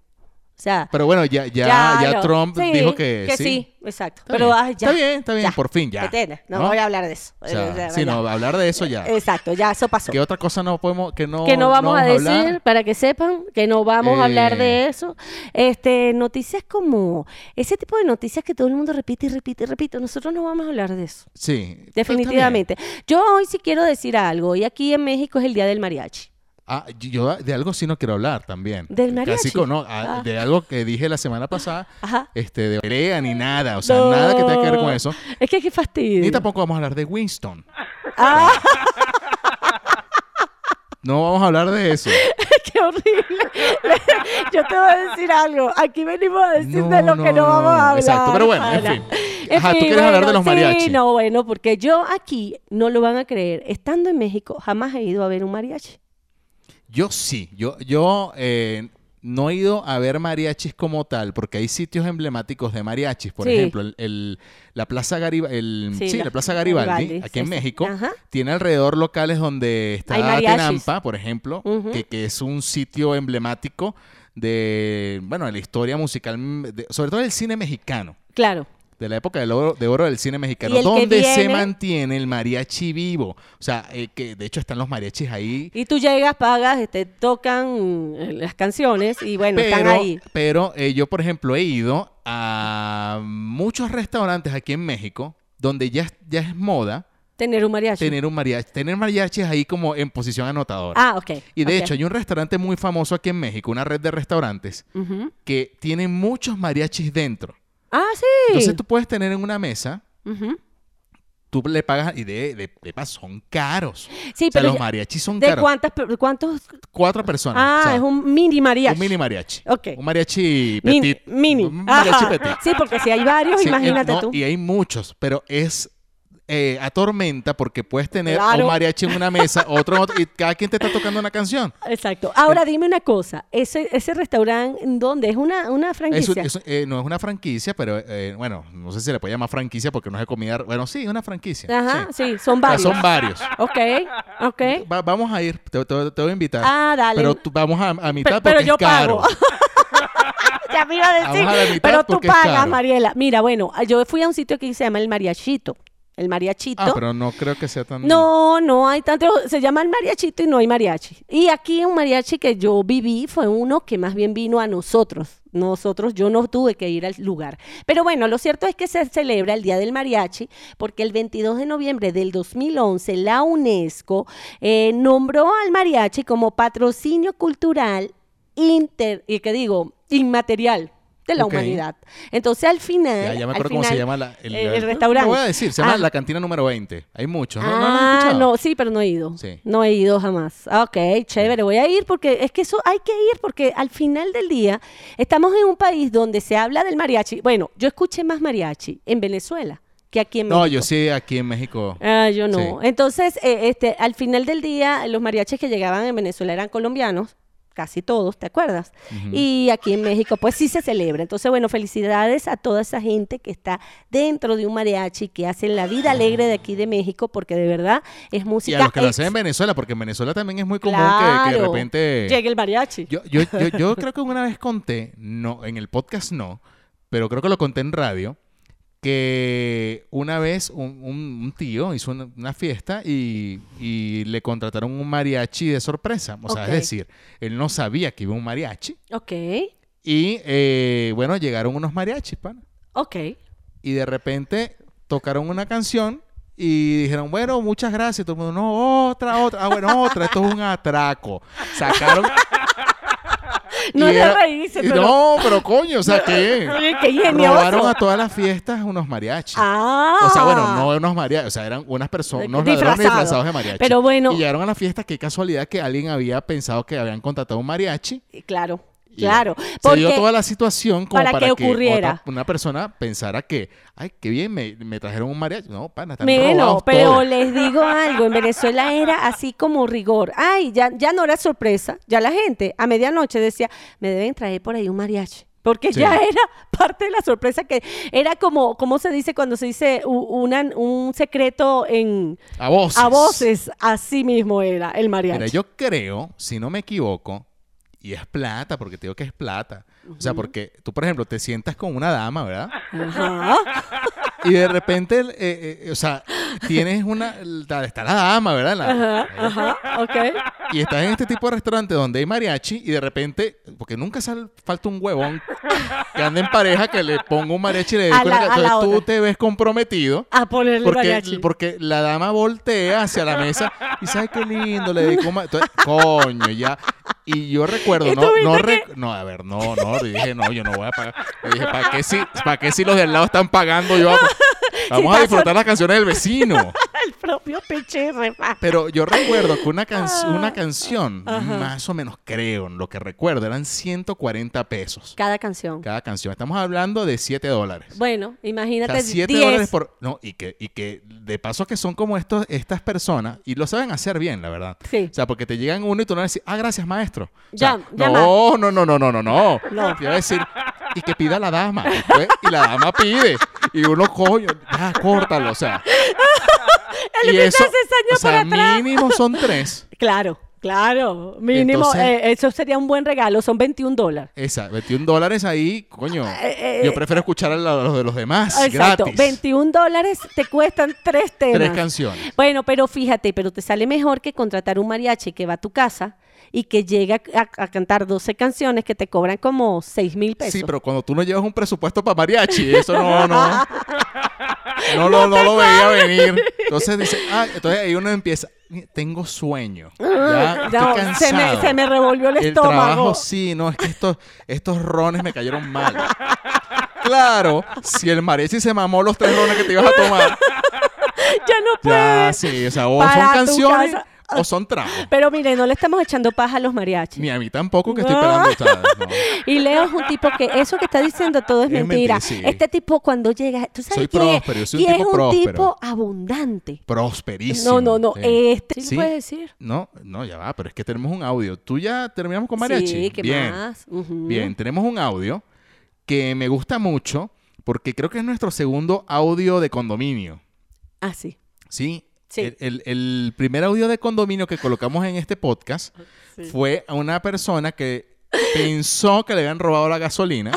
Speaker 3: O sea,
Speaker 2: Pero bueno, ya, ya, ya,
Speaker 3: lo-
Speaker 2: Trump
Speaker 3: sí,
Speaker 2: dijo que,
Speaker 3: sí. exacto.
Speaker 2: Está
Speaker 3: pero
Speaker 2: bien.
Speaker 3: ah, ya.
Speaker 2: Está bien, está bien,
Speaker 3: ya.
Speaker 2: por fin, ya.
Speaker 3: ¿Entiendes? No,
Speaker 2: ¿No?
Speaker 3: voy a hablar de eso.
Speaker 2: O sea,
Speaker 3: O sea,
Speaker 2: sí,
Speaker 3: ya.
Speaker 2: no, hablar de eso ya.
Speaker 3: Exacto, ya eso pasó.
Speaker 2: ¿Qué otra cosa no podemos, que no,
Speaker 3: que no vamos a decir,
Speaker 2: hablar?
Speaker 3: para que sepan, que no vamos a hablar
Speaker 2: Eh.
Speaker 3: de eso. Este, noticias como ese tipo de noticias que todo el mundo repite y repite y repite. Nosotros no vamos a hablar de eso.
Speaker 2: Sí. pero está bien.
Speaker 3: Definitivamente. Yo hoy sí quiero decir algo. Hoy aquí en México es el Día del Mariachi.
Speaker 2: Ah, yo de algo sí no quiero hablar también.
Speaker 3: ¿Del
Speaker 2: El
Speaker 3: mariachi?
Speaker 2: Clásico, no, ah,
Speaker 3: Ah.
Speaker 2: de algo que dije la semana pasada,
Speaker 3: Ajá.
Speaker 2: este, de pelea ni nada, o sea, nada que tenga que ver con
Speaker 3: No.
Speaker 2: eso.
Speaker 3: Es que qué fastidio.
Speaker 2: Ni tampoco vamos a hablar de Winston.
Speaker 3: Ah.
Speaker 2: No vamos a hablar de eso.
Speaker 3: ¡Qué horrible! Yo te voy a decir algo. Aquí venimos a decir
Speaker 2: No,
Speaker 3: de lo
Speaker 2: no,
Speaker 3: que no vamos a hablar.
Speaker 2: exacto, pero bueno, en
Speaker 3: Ana.
Speaker 2: fin. Ajá, tú quieres
Speaker 3: bueno,
Speaker 2: hablar de los mariachis.
Speaker 3: Sí, no, bueno, porque yo aquí, no lo van a creer, estando en México, jamás he ido a ver un mariachi.
Speaker 2: Yo sí, yo, yo eh, no he ido a ver mariachis como tal, porque hay sitios emblemáticos de mariachis. Por
Speaker 3: Sí.
Speaker 2: ejemplo, el, el- la Plaza Garibaldi, el, sí,
Speaker 3: Sí,
Speaker 2: la,
Speaker 3: la-
Speaker 2: Plaza Garibaldi,
Speaker 3: Garibaldi,
Speaker 2: aquí
Speaker 3: sí,
Speaker 2: en
Speaker 3: sí.
Speaker 2: México,
Speaker 3: Ajá.
Speaker 2: tiene alrededor locales donde
Speaker 3: Hay
Speaker 2: está
Speaker 3: mariachis.
Speaker 2: Tenampa, por ejemplo,
Speaker 3: Ujú.
Speaker 2: que, que es un sitio emblemático de, bueno, de la historia musical, mm, de- sobre todo del cine mexicano.
Speaker 3: Claro.
Speaker 2: De la época del oro- de oro del cine mexicano,
Speaker 3: Y el que
Speaker 2: donde se
Speaker 3: viene-
Speaker 2: mantiene el mariachi vivo. O sea, eh, que de hecho están los mariachis ahí
Speaker 3: Y tú llegas, pagas, te tocan eh, las canciones y bueno, están
Speaker 2: pero,
Speaker 3: ahí.
Speaker 2: pero eh, yo, por ejemplo, he ido a muchos restaurantes aquí en México donde ya, es- ya es moda
Speaker 3: Tener un mariachi.
Speaker 2: tener un mariachi, tener mariachis ahí como en posición anotadora.
Speaker 3: Ah, ok.
Speaker 2: y de
Speaker 3: ok.
Speaker 2: hecho, hay un restaurante muy famoso aquí en México, una red de restaurantes,
Speaker 3: Ujú.
Speaker 2: que tiene muchos mariachis dentro.
Speaker 3: Ah, sí.
Speaker 2: Entonces tú puedes tener en una mesa,
Speaker 3: Ujú.
Speaker 2: tú le pagas, y de, de, de paso, son caros.
Speaker 3: Sí,
Speaker 2: o sea,
Speaker 3: pero
Speaker 2: los
Speaker 3: ya-
Speaker 2: mariachis son
Speaker 3: ¿De
Speaker 2: caros.
Speaker 3: cuántas, per- cuántos?
Speaker 2: Cuatro personas.
Speaker 3: Ah,
Speaker 2: o sea,
Speaker 3: es un mini mariachi.
Speaker 2: un mini mariachi.
Speaker 3: Ok.
Speaker 2: Un mariachi
Speaker 3: Min-
Speaker 2: petit.
Speaker 3: mini.
Speaker 2: Un mariachi
Speaker 3: Ajá.
Speaker 2: petit.
Speaker 3: Sí, porque si hay varios,
Speaker 2: Sí,
Speaker 3: imagínate
Speaker 2: eh, no,
Speaker 3: tú.
Speaker 2: Y hay muchos, pero es eh, atormenta porque puedes tener a
Speaker 3: Claro.
Speaker 2: un mariachi en una mesa, otro en otro, y cada quien te está tocando una canción.
Speaker 3: Exacto.
Speaker 2: eh,
Speaker 3: Ahora dime una cosa, ese, ese restaurante, ¿dónde? Es una,
Speaker 2: Es
Speaker 3: una
Speaker 2: un-
Speaker 3: franquicia.
Speaker 2: es un- eh, no es una franquicia, pero eh, bueno, no sé si se le puede llamar franquicia porque no es de comida. Bueno, sí, es una franquicia.
Speaker 3: Ajá,
Speaker 2: sí.
Speaker 3: sí, son
Speaker 2: O sea,
Speaker 3: varios.
Speaker 2: son varios.
Speaker 3: Ok, ok.
Speaker 2: Va- vamos a ir, te, te- te voy a invitar.
Speaker 3: Ah, dale.
Speaker 2: Pero tú- vamos a, a
Speaker 3: Pe-
Speaker 2: mitad
Speaker 3: pero
Speaker 2: porque
Speaker 3: yo
Speaker 2: es caro.
Speaker 3: pago. ya me iba a decir.
Speaker 2: Vamos a la mitad
Speaker 3: pero tú
Speaker 2: porque es
Speaker 3: pagas,
Speaker 2: caro.
Speaker 3: Mariela. Mira, bueno, yo fui a un sitio que se llama El Mariachito. El Mariachito.
Speaker 2: Ah, pero no creo que sea tan.
Speaker 3: No, no hay tanto. Se llama el mariachito y no hay mariachi. Y aquí un mariachi que yo viví fue uno que más bien vino a nosotros. Nosotros, yo no tuve que ir al lugar. Pero bueno, lo cierto es que se celebra el Día del Mariachi porque el 22 de noviembre del 2011 la UNESCO eh, nombró al mariachi como patrocinio cultural inter, y que digo, inmaterial de la
Speaker 2: Ok.
Speaker 3: humanidad. Entonces al
Speaker 2: Ya, ya
Speaker 3: final...
Speaker 2: me
Speaker 3: eh, al
Speaker 2: acuerdo cómo se
Speaker 3: final,
Speaker 2: llama la- el,
Speaker 3: eh, el restaurante.
Speaker 2: No voy a decir, se llama
Speaker 3: Ah.
Speaker 2: la cantina número 20. Hay muchos. ¿no? ¿No, lo han
Speaker 3: Ah,
Speaker 2: escuchado?
Speaker 3: no, sí, pero no he ido.
Speaker 2: Sí.
Speaker 3: No he ido jamás. Ah, Ok, chévere, voy a ir porque es que eso hay que ir porque al final del día estamos en un país donde se habla del mariachi. Bueno, yo escuché más mariachi en Venezuela que aquí en México.
Speaker 2: No, yo sí, aquí en México.
Speaker 3: Ah, yo no.
Speaker 2: Sí.
Speaker 3: Entonces, eh, este, al final del día, los mariachis que llegaban en Venezuela eran colombianos, casi todos, ¿te acuerdas? Y aquí en México, pues sí se celebra. Entonces, bueno, felicidades a toda esa gente que está dentro de un mariachi, que hacen la vida alegre de aquí de México, porque de verdad es
Speaker 2: Y
Speaker 3: música.
Speaker 2: a los que lo
Speaker 3: ex-
Speaker 2: hacen en Venezuela, porque en Venezuela también es muy común que- que, de
Speaker 3: Claro.
Speaker 2: repente...
Speaker 3: Llega el mariachi.
Speaker 2: Yo, yo, yo, yo creo que una vez conté, no, en el podcast no, pero creo que lo conté en radio, que una vez un, un- un tío hizo una, una fiesta y, y le contrataron un mariachi de sorpresa. O sea,
Speaker 3: Ok.
Speaker 2: es decir, él no sabía que iba un mariachi.
Speaker 3: Ok,
Speaker 2: Y eh, bueno, llegaron unos mariachis, pana.
Speaker 3: ok.
Speaker 2: y de repente tocaron una canción y dijeron, bueno, muchas gracias. Todo el mundo, no, otra, otra. Ah, bueno, otra. Esto es un atraco. Sacaron...
Speaker 3: No
Speaker 2: y
Speaker 3: es de
Speaker 2: era-
Speaker 3: reírse,
Speaker 2: y
Speaker 3: pero-
Speaker 2: No, pero coño, o sea, que...
Speaker 3: Oye, qué ingenioso.
Speaker 2: Robaron a todas las fiestas unos mariachis.
Speaker 3: Ah.
Speaker 2: O sea, bueno, no unos mariachis, o sea, eran unas personas, unos ladrones
Speaker 3: Disfrazado.
Speaker 2: disfrazados de mariachi.
Speaker 3: Pero bueno-
Speaker 2: Y llegaron a la fiesta, qué casualidad que alguien había pensado que habían contratado un mariachi.
Speaker 3: Claro,
Speaker 2: Y
Speaker 3: claro.
Speaker 2: Se dio toda la situación como
Speaker 3: para
Speaker 2: para,
Speaker 3: que
Speaker 2: que
Speaker 3: ocurriera.
Speaker 2: otra- una persona pensara que, ay, qué bien, me, me trajeron un mariachi. No, pana, están
Speaker 3: Menos,
Speaker 2: robados
Speaker 3: pero
Speaker 2: todos.
Speaker 3: les digo algo, en Venezuela era así como rigor. Ay, ya, ya no era sorpresa, ya la gente a medianoche decía, me deben traer por ahí un mariachi. Porque
Speaker 2: Sí.
Speaker 3: ya era parte de la sorpresa que era como, ¿cómo se dice cuando se dice u- una- un secreto en
Speaker 2: A voces.
Speaker 3: a voces? Así mismo era el mariachi.
Speaker 2: Mira, yo creo, si no me equivoco, y es plata, porque te digo que es plata. O sea, porque tú, por ejemplo, te sientas con una dama, ¿verdad?
Speaker 3: Ajá.
Speaker 2: Y de repente, el- eh, eh, o sea, tienes una... la- Está la dama, ¿verdad? La-
Speaker 3: Ajá, ok.
Speaker 2: Y estás en este tipo de restaurante donde hay mariachi y de repente, porque nunca sal- falta un huevón que ande en pareja que le ponga un mariachi y le
Speaker 3: A
Speaker 2: dedique una
Speaker 3: la- a la
Speaker 2: canción. Entonces tú
Speaker 3: otra.
Speaker 2: te ves comprometido.
Speaker 3: A ponerle
Speaker 2: Porque,
Speaker 3: mariachi.
Speaker 2: porque la dama voltea hacia la mesa y sabe qué lindo le dedicó un ma- Entonces, coño, ya. Y yo recuerdo,
Speaker 3: ¿Y tú
Speaker 2: no, no,
Speaker 3: viste
Speaker 2: rec- no, a ver, no, no, le dije, no, yo no voy a pagar. Le dije, ¿para qué si, para qué si los de al lado están pagando? Yo vamos a
Speaker 3: está
Speaker 2: disfrutar las canciones del vecino.
Speaker 3: El propio PCR.
Speaker 2: Pero yo recuerdo que una, can-
Speaker 3: Ah,
Speaker 2: una canción,
Speaker 3: ajá.
Speaker 2: más o menos creo, en lo que recuerdo, eran 140 pesos
Speaker 3: Cada canción.
Speaker 2: cada canción. Estamos hablando de 7 dólares.
Speaker 3: Bueno,
Speaker 2: O
Speaker 3: imagínate
Speaker 2: sea, 7
Speaker 3: 10.
Speaker 2: dólares por... No, y que, y que de paso que son como estos, estas personas, y lo saben hacer bien, la verdad.
Speaker 3: Sí.
Speaker 2: O sea, porque te llegan uno y tú no le decís, ah, gracias, maestro. O
Speaker 3: Ya,
Speaker 2: sea,
Speaker 3: ya
Speaker 2: no, no, no, no, no, no, no.
Speaker 3: No.
Speaker 2: Te iba a decir, y que pida la dama. Después, y la dama pide. Y uno, coño, ya, córtalo, o sea. y eso,
Speaker 3: cesaña
Speaker 2: o sea,
Speaker 3: por atrás.
Speaker 2: mínimo son tres.
Speaker 3: Claro, claro. Mínimo,
Speaker 2: Entonces-
Speaker 3: eh, eso sería un buen regalo. Son 21 dólares.
Speaker 2: Esa, 21 dólares ahí, coño.
Speaker 3: Eh, eh,
Speaker 2: yo prefiero escuchar a la- a los de los demás.
Speaker 3: Exacto.
Speaker 2: Gratis.
Speaker 3: 21 dólares te cuestan tres temas.
Speaker 2: Tres canciones.
Speaker 3: Bueno, pero fíjate, pero te sale mejor que contratar un mariachi que va a tu casa y que llega a, a cantar 12 canciones que te cobran como 6 mil pesos.
Speaker 2: Sí, pero cuando tú no llevas un presupuesto para mariachi, eso no, no. No, lo, no lo veía venir. Entonces dice, ah, entonces ahí uno empieza, tengo sueño. Ya,
Speaker 3: Ya,
Speaker 2: estoy cansado.
Speaker 3: Ah, se, me, se me revolvió el,
Speaker 2: el
Speaker 3: estómago.
Speaker 2: trabajo sí, no, es que estos, estos rones me cayeron mal. Claro, si el mariachi se mamó los tres rones que te ibas a tomar.
Speaker 3: ya no puedo.
Speaker 2: Ya, sí, o sea, o
Speaker 3: Para
Speaker 2: son
Speaker 3: tu
Speaker 2: canciones
Speaker 3: casa.
Speaker 2: o son tragos.
Speaker 3: Pero mire, no le estamos echando paja a los mariachis.
Speaker 2: Ni a mí tampoco que estoy pelando. o sea, no.
Speaker 3: Y Leo es un tipo que eso que está diciendo todo
Speaker 2: Es
Speaker 3: es, mentira.
Speaker 2: mentira, sí.
Speaker 3: Este tipo cuando llega, tú sabes
Speaker 2: Soy
Speaker 3: quién es?
Speaker 2: próspero, yo soy
Speaker 3: y
Speaker 2: un
Speaker 3: es
Speaker 2: tipo
Speaker 3: un
Speaker 2: próspero.
Speaker 3: tipo abundante.
Speaker 2: Prosperísimo. eh.
Speaker 3: No, no, no.
Speaker 2: sí.
Speaker 3: Este ¿Sí lo
Speaker 2: Sí.
Speaker 3: puedes decir.
Speaker 2: No, no, ya va, pero es que tenemos un audio. ¿Tú ya terminamos con mariachi?
Speaker 3: Sí, ¿qué
Speaker 2: Bien.
Speaker 3: más? Ujú.
Speaker 2: Bien, tenemos un audio que me gusta mucho porque creo que es nuestro segundo audio de condominio.
Speaker 3: Ah, sí.
Speaker 2: Sí.
Speaker 3: Sí.
Speaker 2: El, el- el primer audio de condominio que colocamos en este podcast fue a una persona que pensó que le habían robado la gasolina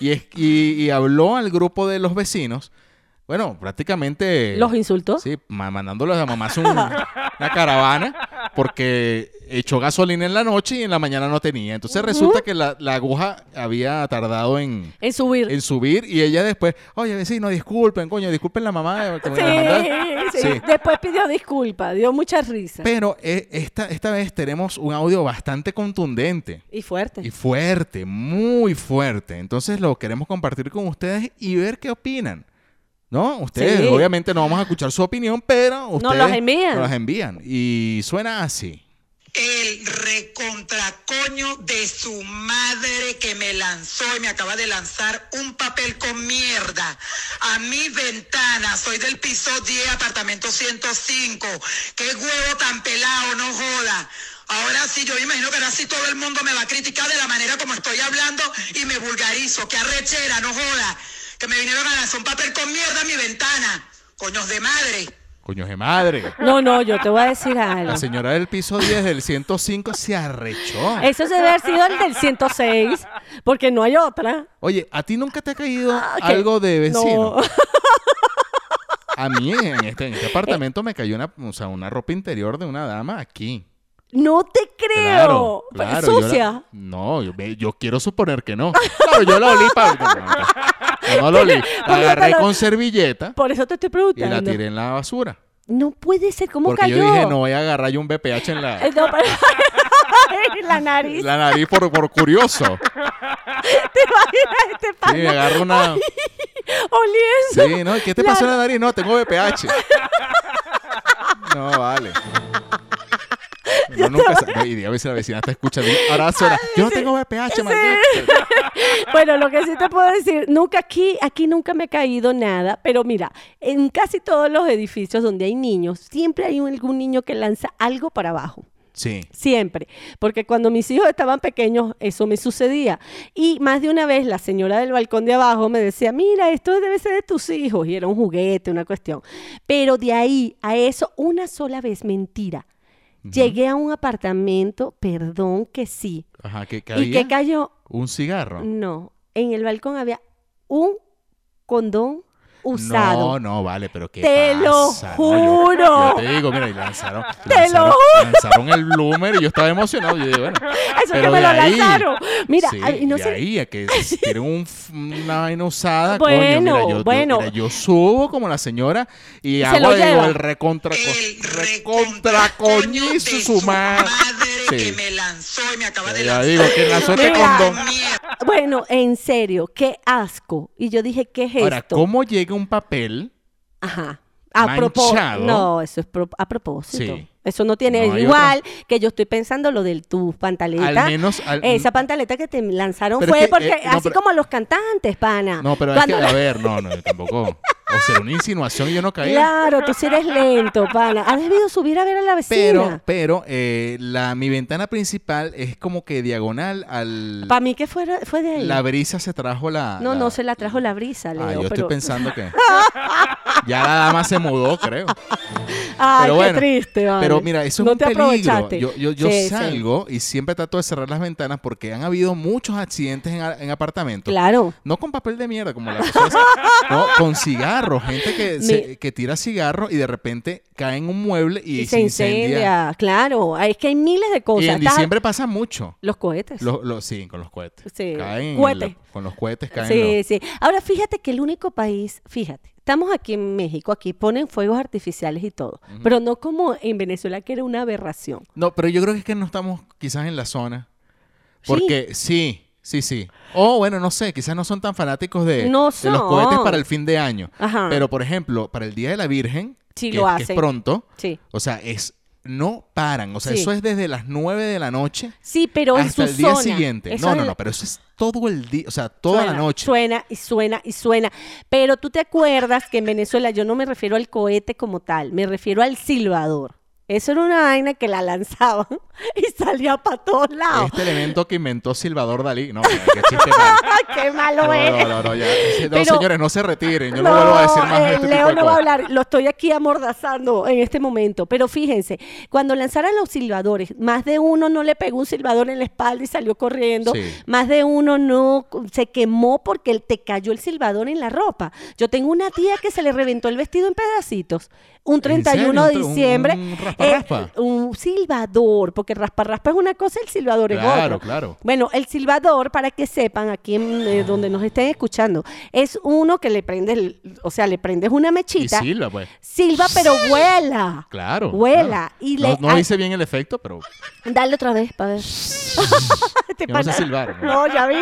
Speaker 2: y, es- y- y habló al grupo de los vecinos. Bueno, prácticamente.
Speaker 3: ¿Los insultó?
Speaker 2: Sí, ma- mandándolos a mamarse un- una caravana porque echó gasolina en la noche y en la mañana no tenía. Entonces resulta que la, la aguja había tardado en,
Speaker 3: En subir.
Speaker 2: en subir y ella después, oye vecino, disculpen, coño, disculpen la mamá. que me la mandaron".
Speaker 3: Sí, sí.
Speaker 2: Sí.
Speaker 3: Después pidió disculpas, dio mucha risa.
Speaker 2: Pero eh, esta, esta vez tenemos un audio bastante contundente
Speaker 3: y fuerte.
Speaker 2: y fuerte, muy fuerte. Entonces lo queremos compartir con ustedes y ver qué opinan. ¿No? Ustedes,
Speaker 3: Sí.
Speaker 2: obviamente no vamos a escuchar su opinión, pero ustedes
Speaker 3: los envían.
Speaker 2: nos las envían. Y suena así.
Speaker 4: El recontracoño de su madre que me lanzó y me acaba de lanzar un papel con mierda a mi ventana. Soy del piso 10, apartamento 105. Qué huevo tan pelado, no joda. Ahora sí, yo me imagino que ahora sí todo el mundo me va a criticar de la manera como estoy hablando y me vulgarizo. Qué arrechera, no joda. Que me vinieron a lanzar un papel con mierda a mi ventana. Coños de madre.
Speaker 2: Coño de madre.
Speaker 3: No, no, yo te voy a decir algo.
Speaker 2: La señora del piso 10 del 105 se arrechó.
Speaker 3: Eso se debe haber sido el del 106, porque no hay otra.
Speaker 2: Oye, ¿a ti nunca te ha caído
Speaker 3: Ah, ok.
Speaker 2: algo de vecino?
Speaker 3: No.
Speaker 2: A mí en este, en este apartamento me cayó una, o sea, una ropa interior de una dama aquí.
Speaker 3: No te creo.
Speaker 2: Claro, claro, yo la-
Speaker 3: Sucia.
Speaker 2: no, yo, me- yo quiero suponer que no. Claro, yo lo olí, Pablo. No, no, yo no lo olí.
Speaker 3: Porque
Speaker 2: La agarré
Speaker 3: te lo-
Speaker 2: con servilleta
Speaker 3: Por eso te estoy
Speaker 2: y la
Speaker 3: preguntando.
Speaker 2: tiré en la basura.
Speaker 3: No puede ser, ¿cómo
Speaker 2: Porque
Speaker 3: cayó?
Speaker 2: yo dije, no voy a agarrar yo un BPH en
Speaker 3: Eh,
Speaker 2: la,
Speaker 3: no, pero- la nariz.
Speaker 2: la nariz por, por curioso.
Speaker 3: ¿Te imaginas este
Speaker 2: Sí,
Speaker 3: pana
Speaker 2: me agarro una...
Speaker 3: oliendo?
Speaker 2: Sí, ¿no? ¿Qué te pasó en la nariz? No, tengo BPH. No, vale. Uno nunca sabe. Y a veces la vecina te escucha. di- Ahora suena. Yo no tengo BPH, maldita.
Speaker 3: Bueno, lo que sí te puedo decir, nunca aquí, aquí nunca me ha caído nada, pero mira, en casi todos los edificios donde hay niños, siempre hay un- algún niño que lanza algo para abajo.
Speaker 2: Sí.
Speaker 3: Siempre, porque cuando mis hijos estaban pequeños eso me sucedía. Y más de una vez la señora del balcón de abajo me decía, mira, esto debe ser de tus hijos. Y era un juguete, una cuestión. Pero de ahí a eso, una sola vez, mentira. Llegué a un apartamento, perdón que sí.
Speaker 2: Ajá, ¿qué, qué
Speaker 3: ¿Y qué
Speaker 2: había?
Speaker 3: cayó?
Speaker 2: Un cigarro.
Speaker 3: No, en el balcón había un condón
Speaker 2: No,
Speaker 3: usado.
Speaker 2: no, vale, pero qué
Speaker 3: Te lo
Speaker 2: pasa? No, yo-
Speaker 3: juro.
Speaker 2: Yo, te digo, mira, y lanzaron.
Speaker 3: Te
Speaker 2: lanzaron-
Speaker 3: lo juro.
Speaker 2: Lanzaron el bloomer y yo estaba emocionado. Yo dije, bueno.
Speaker 3: Eso que
Speaker 2: pero
Speaker 3: me
Speaker 2: de
Speaker 3: lo
Speaker 2: ahí-
Speaker 3: lanzaron. Mira,
Speaker 2: sí,
Speaker 3: ay, no
Speaker 2: de
Speaker 3: sé.
Speaker 2: ahí a que tienen un, f- una vaina usada.
Speaker 3: Bueno,
Speaker 2: coño, mira, yo, yo-
Speaker 3: bueno.
Speaker 2: mira, yo subo como la señora y
Speaker 3: se lo
Speaker 2: hago digo,
Speaker 3: lleva.
Speaker 2: el recontra
Speaker 4: El
Speaker 2: recontracoñizo
Speaker 4: de
Speaker 2: su madre.
Speaker 4: madre que
Speaker 2: Sí.
Speaker 4: me lanzó y me acaba de
Speaker 2: Ya
Speaker 4: lanzar.
Speaker 2: digo que lanzó este
Speaker 3: Mira.
Speaker 2: condón.
Speaker 4: Mierda.
Speaker 3: Bueno, en serio, qué asco. Y yo dije, ¿qué es
Speaker 2: Ahora,
Speaker 3: esto?
Speaker 2: ¿cómo llega un papel?
Speaker 3: Ajá. A propósito.
Speaker 2: Manchado.
Speaker 3: No, eso es pro- a propósito.
Speaker 2: Sí.
Speaker 3: Eso no tiene
Speaker 2: No hay
Speaker 3: igual que yo estoy pensando lo de tus pantaletas.
Speaker 2: Al menos- al-
Speaker 3: Esa pantaleta que te lanzaron
Speaker 2: Pero
Speaker 3: fue
Speaker 2: es que,
Speaker 3: porque,
Speaker 2: eh, no,
Speaker 3: así
Speaker 2: pero-
Speaker 3: como los cantantes, pana.
Speaker 2: No, pero
Speaker 3: Cuando
Speaker 2: es que,
Speaker 3: la-
Speaker 2: a ver, no, no, tampoco. O sea, una insinuación y yo no caí.
Speaker 3: Claro, tú sí eres lento, pana. Has debido subir a ver a la
Speaker 2: Pero,
Speaker 3: vecina.
Speaker 2: pero eh, la, mi ventana principal es como que diagonal al...
Speaker 3: Para mí que fuera, fue de ahí.
Speaker 2: La brisa se trajo la...
Speaker 3: no, no, se la trajo la brisa, Leo.
Speaker 2: Ah, yo
Speaker 3: pero...
Speaker 2: estoy pensando que... ya la dama se mudó, creo.
Speaker 3: Ay,
Speaker 2: pero
Speaker 3: qué
Speaker 2: bueno,
Speaker 3: triste, vale.
Speaker 2: Pero mira, eso
Speaker 3: no
Speaker 2: es un
Speaker 3: te
Speaker 2: peligro.
Speaker 3: aprovechaste.
Speaker 2: Yo, yo, yo
Speaker 3: Sí, sí.
Speaker 2: salgo y siempre trato de cerrar las ventanas porque han habido muchos accidentes en, a- en apartamentos.
Speaker 3: Claro.
Speaker 2: No con papel de mierda, como la persona esa, no, con cigarros. Gente que, se- que tira cigarros y de repente cae en un mueble y,
Speaker 3: Y se incendia, claro. Ay, Es que hay miles de cosas.
Speaker 2: Y en
Speaker 3: Está-
Speaker 2: diciembre pasa mucho.
Speaker 3: Los cohetes.
Speaker 2: Los, los- sí, con los cohetes.
Speaker 3: Sí.
Speaker 2: Caen en
Speaker 3: Cohete.
Speaker 2: la- con los cohetes caen.
Speaker 3: Sí,
Speaker 2: los-
Speaker 3: sí. Ahora fíjate que el único país, fíjate, estamos aquí en México, aquí ponen fuegos artificiales y todo, pero no como en Venezuela que era una aberración.
Speaker 2: No, pero yo creo que es que no estamos quizás en la zona. Porque sí, sí, Sí, sí. O bueno, no sé, quizás no son tan fanáticos de,
Speaker 3: No
Speaker 2: de los cohetes
Speaker 3: son.
Speaker 2: para el fin de año.
Speaker 3: Ajá.
Speaker 2: Pero por ejemplo, para el Día de la Virgen,
Speaker 3: Sí,
Speaker 2: que,
Speaker 3: lo
Speaker 2: es- que
Speaker 3: hacen.
Speaker 2: es pronto,
Speaker 3: Sí.
Speaker 2: o sea, es no paran, o sea,
Speaker 3: Sí.
Speaker 2: eso es desde las 9 de la noche
Speaker 3: Sí, pero en su
Speaker 2: hasta el día
Speaker 3: zona.
Speaker 2: siguiente.
Speaker 3: Eso
Speaker 2: no,
Speaker 3: es
Speaker 2: no,
Speaker 3: la-
Speaker 2: no, pero eso es todo el día, o sea, toda
Speaker 3: Suena,
Speaker 2: la noche.
Speaker 3: Suena y suena y suena. Pero tú te acuerdas que en Venezuela yo no me refiero al cohete como tal, me refiero al silbador. Eso era una vaina que la lanzaban y salía para todos lados.
Speaker 2: Este elemento que inventó Salvador Dalí. No, mira, qué chiste malo.
Speaker 3: ¡Qué malo
Speaker 2: No,
Speaker 3: eres!
Speaker 2: no, no, no, ya. No,
Speaker 3: eh. Pero-
Speaker 2: señores, no se retiren. Yo no, vuelvo a decir más de
Speaker 3: eh,
Speaker 2: este tipo
Speaker 3: Leo
Speaker 2: de
Speaker 3: no va a
Speaker 2: cosas.
Speaker 3: hablar, lo estoy aquí amordazando en este momento. Pero fíjense, cuando lanzaron los silbadores, más de uno no le pegó un silbador en la espalda y salió corriendo.
Speaker 2: Sí.
Speaker 3: Más de uno no se quemó porque el- te cayó el silbador en la ropa. Yo tengo una tía que se le reventó el vestido en pedacitos.
Speaker 2: serio?
Speaker 3: Un 31 de
Speaker 2: ¿Un- un
Speaker 3: diciembre.
Speaker 2: raspa,
Speaker 3: eh,
Speaker 2: raspa?
Speaker 3: un silbador, porque raspa raspa es una cosa, el silbador es
Speaker 2: Claro,
Speaker 3: otra.
Speaker 2: claro.
Speaker 3: Bueno, el silbador, para que sepan aquí en,
Speaker 2: Ah.
Speaker 3: eh, donde nos estén escuchando, es uno que le prendes, el- o sea, le prendes una
Speaker 2: Y
Speaker 3: mechita,
Speaker 2: Silva, pues.
Speaker 3: silba, pero vuela.
Speaker 2: Claro.
Speaker 3: Vuela.
Speaker 2: claro.
Speaker 3: Y
Speaker 2: No-
Speaker 3: le,
Speaker 2: no,
Speaker 3: ah,
Speaker 2: hice bien el efecto, pero.
Speaker 3: Dale otra vez para ver. Este
Speaker 2: Yo no sé
Speaker 3: pana-
Speaker 2: silbar, ¿no?
Speaker 3: No, ya vi.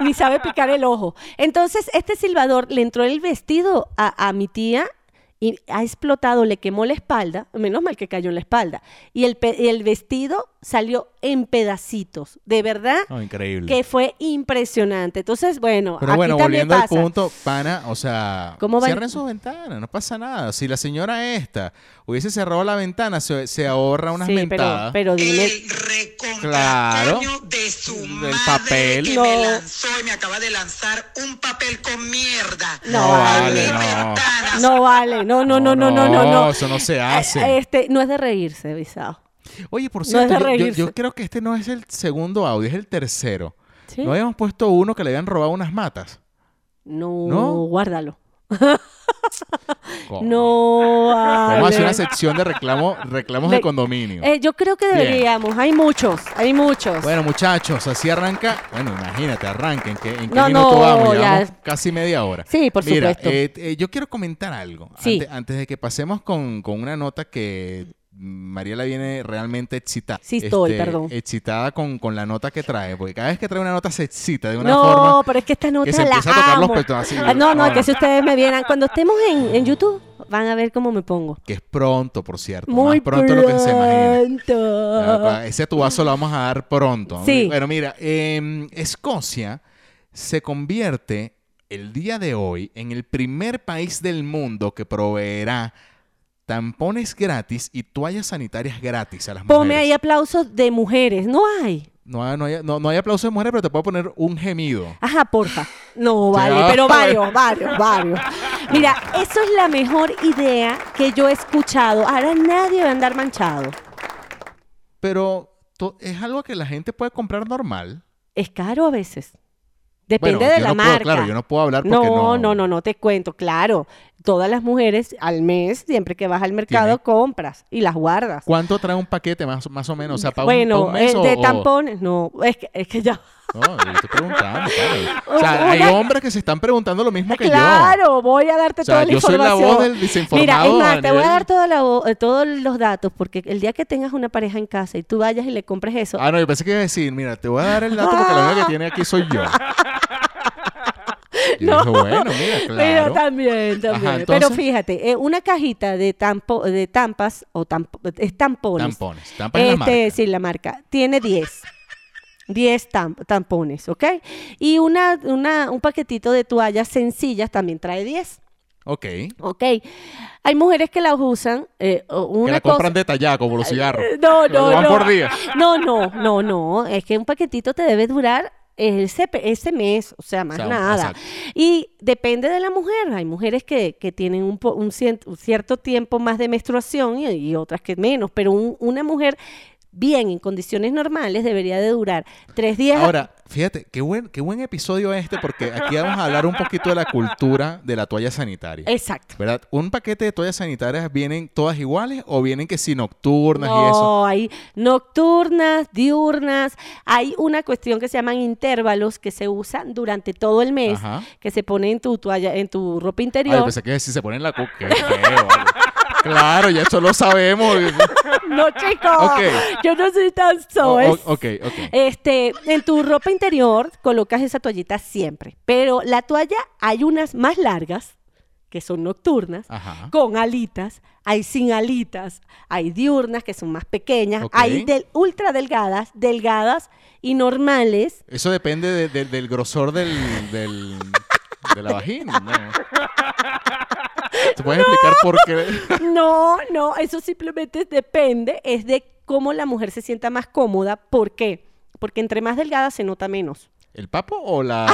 Speaker 3: Ni sabe picar el ojo. Entonces, este silbador le entró el vestido a, a mi tía y ha explotado, le quemó la espalda. Menos mal que cayó en la espalda. Y el, pe- y el vestido salió en pedacitos. De verdad.
Speaker 2: No, increíble.
Speaker 3: Que fue impresionante. Entonces, bueno,
Speaker 2: Pero
Speaker 3: aquí
Speaker 2: bueno,
Speaker 3: también
Speaker 2: volviendo
Speaker 3: pasa.
Speaker 2: al punto, pana, o sea,
Speaker 3: ¿Cómo va el-
Speaker 2: cierren sus ventanas, no pasa nada. Si la señora esta hubiese cerrado la ventana, se, se ahorra unas
Speaker 3: sí, pero,
Speaker 2: mentadas.
Speaker 3: pero dime.
Speaker 4: El recontracoño
Speaker 2: Claro.
Speaker 4: de su
Speaker 2: Del
Speaker 4: madre
Speaker 2: papel.
Speaker 4: que
Speaker 3: No.
Speaker 4: me lanzó y me acaba de lanzar un papel con mierda.
Speaker 3: No
Speaker 4: A
Speaker 3: vale,
Speaker 4: mis
Speaker 2: no.
Speaker 4: ventanas.
Speaker 3: No vale, no, no, no, no, no, no, no.
Speaker 2: Eso no se hace.
Speaker 3: Este, no es de reírse, Visao.
Speaker 2: Oye, por
Speaker 3: es de
Speaker 2: cierto, yo- yo,
Speaker 3: reírse.
Speaker 2: yo creo que este no es el segundo audio, es el tercero.
Speaker 3: ¿Sí?
Speaker 2: No habíamos puesto uno que le habían robado unas matas.
Speaker 3: No,
Speaker 2: ¿No?
Speaker 3: guárdalo.
Speaker 2: Coño.
Speaker 3: No vale.
Speaker 2: Vamos a hacer una sección de reclamo, reclamos de
Speaker 3: De-
Speaker 2: condominio.
Speaker 3: Eh, yo creo que
Speaker 2: Bien.
Speaker 3: deberíamos. Hay muchos, hay muchos.
Speaker 2: Bueno, muchachos, así arranca. Bueno, imagínate, arranca. ¿En qué, en qué
Speaker 3: No,
Speaker 2: minuto
Speaker 3: no,
Speaker 2: vamos?
Speaker 3: ya.
Speaker 2: Llevamos casi media hora.
Speaker 3: Sí, por
Speaker 2: Mira,
Speaker 3: supuesto.
Speaker 2: eh, eh, yo quiero comentar algo.
Speaker 3: Sí.
Speaker 2: Ante- Antes, de que pasemos con, con una nota que Mariela viene realmente excitada.
Speaker 3: Sí estoy, perdón.
Speaker 2: Excitada con, con la nota que trae. Porque cada vez que trae una nota se excita de una
Speaker 3: no,
Speaker 2: forma.
Speaker 3: pero es que esta nota
Speaker 2: se
Speaker 3: la
Speaker 2: empieza a tocar los
Speaker 3: amo.
Speaker 2: pechos así.
Speaker 3: Ah, no, no,
Speaker 2: Ahora.
Speaker 3: que si ustedes me vieran, cuando estemos en, en YouTube, van a ver cómo me pongo.
Speaker 2: Que es pronto, por cierto.
Speaker 3: Muy
Speaker 2: más pronto, de lo que se imagina.
Speaker 3: pronto.
Speaker 2: Ah, Ese tubazo lo vamos a dar pronto.
Speaker 3: Sí.
Speaker 2: Bueno, mira, em, Escocia se convierte el día de hoy en el primer país del mundo que proveerá tampones gratis y toallas sanitarias gratis a las
Speaker 3: Ponme
Speaker 2: mujeres.
Speaker 3: ahí aplausos de mujeres. No hay.
Speaker 2: No, hay- no hay, no- no hay aplauso de mujeres, pero te puedo poner un gemido.
Speaker 3: Ajá, porfa. No, vale,
Speaker 2: ah,
Speaker 3: pero
Speaker 2: bueno.
Speaker 3: varios, varios, varios. Mira, eso es la mejor idea que yo he escuchado. Ahora nadie va a andar manchado.
Speaker 2: Pero to- es algo que la gente puede comprar normal.
Speaker 3: Es caro a veces. Depende
Speaker 2: Bueno,
Speaker 3: de
Speaker 2: yo
Speaker 3: la
Speaker 2: no puedo,
Speaker 3: marca.
Speaker 2: claro, yo no puedo hablar porque no-
Speaker 3: no, no, no, no te cuento. Claro, todas las mujeres al mes, siempre que vas al mercado,
Speaker 2: Tiene-
Speaker 3: compras y las guardas.
Speaker 2: ¿Cuánto trae un paquete más, más o menos? O sea, para un-
Speaker 3: bueno,
Speaker 2: para un mes
Speaker 3: eh,
Speaker 2: o-
Speaker 3: de
Speaker 2: o-
Speaker 3: tampones, no, es que, es que ya.
Speaker 2: No, yo estoy preguntando, claro. O sea,
Speaker 3: Una-
Speaker 2: hay hombres que se están preguntando lo mismo que yo.
Speaker 3: claro, voy a darte
Speaker 2: O sea,
Speaker 3: toda la
Speaker 2: yo soy la
Speaker 3: información.
Speaker 2: voz del desinformado
Speaker 3: Mira, es más,
Speaker 2: a
Speaker 3: te voy a
Speaker 2: nivel-
Speaker 3: dar toda la vo- eh, todos los datos, porque el día que tengas una pareja en casa y tú vayas y le compres eso,
Speaker 2: Ah, no, yo pensé que iba a decir, mira, te voy a dar el dato porque la única que tiene aquí soy yo. Yo dije, bueno, mira, claro.
Speaker 3: Pero también, también.
Speaker 2: Ajá,
Speaker 3: Pero
Speaker 2: entonces-
Speaker 3: fíjate, eh, una cajita de tampo, de tampas o tampo, es tampones.
Speaker 2: Tampones. Tampa es la
Speaker 3: Este,
Speaker 2: marca.
Speaker 3: Sí, la marca. Tiene 10. 10 tam- tampones, ¿ok? Y una, una, un paquetito de toallas sencillas también trae 10,
Speaker 2: Ok.
Speaker 3: ¿ok? Hay mujeres que las usan, eh, o-
Speaker 2: que
Speaker 3: una
Speaker 2: la
Speaker 3: cosa...
Speaker 2: compran detallada como los cigarros.
Speaker 3: Eh, No,
Speaker 2: Lo
Speaker 3: no,
Speaker 2: van
Speaker 3: no.
Speaker 2: por día.
Speaker 3: No, no, no, no. Es que un paquetito te debe durar ese, pe- ese mes, o sea, más
Speaker 2: O sea,
Speaker 3: nada.
Speaker 2: exacto.
Speaker 3: Y depende de la mujer. Hay mujeres que, que tienen un, po- un cien- un cierto tiempo más de menstruación y, y otras que menos, pero un- una mujer bien en condiciones normales debería de durar tres días.
Speaker 2: Ahora, fíjate, qué buen, qué buen episodio este porque aquí vamos a hablar un poquito de la cultura de la toalla sanitaria.
Speaker 3: Exacto.
Speaker 2: ¿Verdad? ¿Un paquete de toallas sanitarias vienen todas iguales o vienen que si nocturnas y eso?
Speaker 3: No, hay nocturnas, diurnas, hay una cuestión que se llaman intervalos que se usan durante todo el mes,
Speaker 2: Ajá.
Speaker 3: que se pone en tu toalla, en tu ropa
Speaker 2: Ay,
Speaker 3: interior.
Speaker 2: pensé que si se ponen la cuca. Qué feo. vale. Claro, ya eso lo sabemos.
Speaker 3: No, chico.
Speaker 2: Ok.
Speaker 3: Yo no soy tan
Speaker 2: O-
Speaker 3: soez.
Speaker 2: o- ok, ok.
Speaker 3: Este, en tu ropa interior colocas esa toallita siempre, pero la toalla hay unas más largas que son nocturnas,
Speaker 2: Ajá.
Speaker 3: con alitas, hay sin alitas, hay diurnas que son más pequeñas,
Speaker 2: Ok.
Speaker 3: hay del, ultra delgadas, delgadas y normales.
Speaker 2: Eso depende de- de- del grosor del, del- de la vagina. ¿no? ¿Te puedes explicar por qué?
Speaker 3: No, no, eso simplemente depende, es de cómo la mujer se sienta más cómoda. ¿Por qué? Porque entre más delgada se nota menos.
Speaker 2: ¿El papo o la...?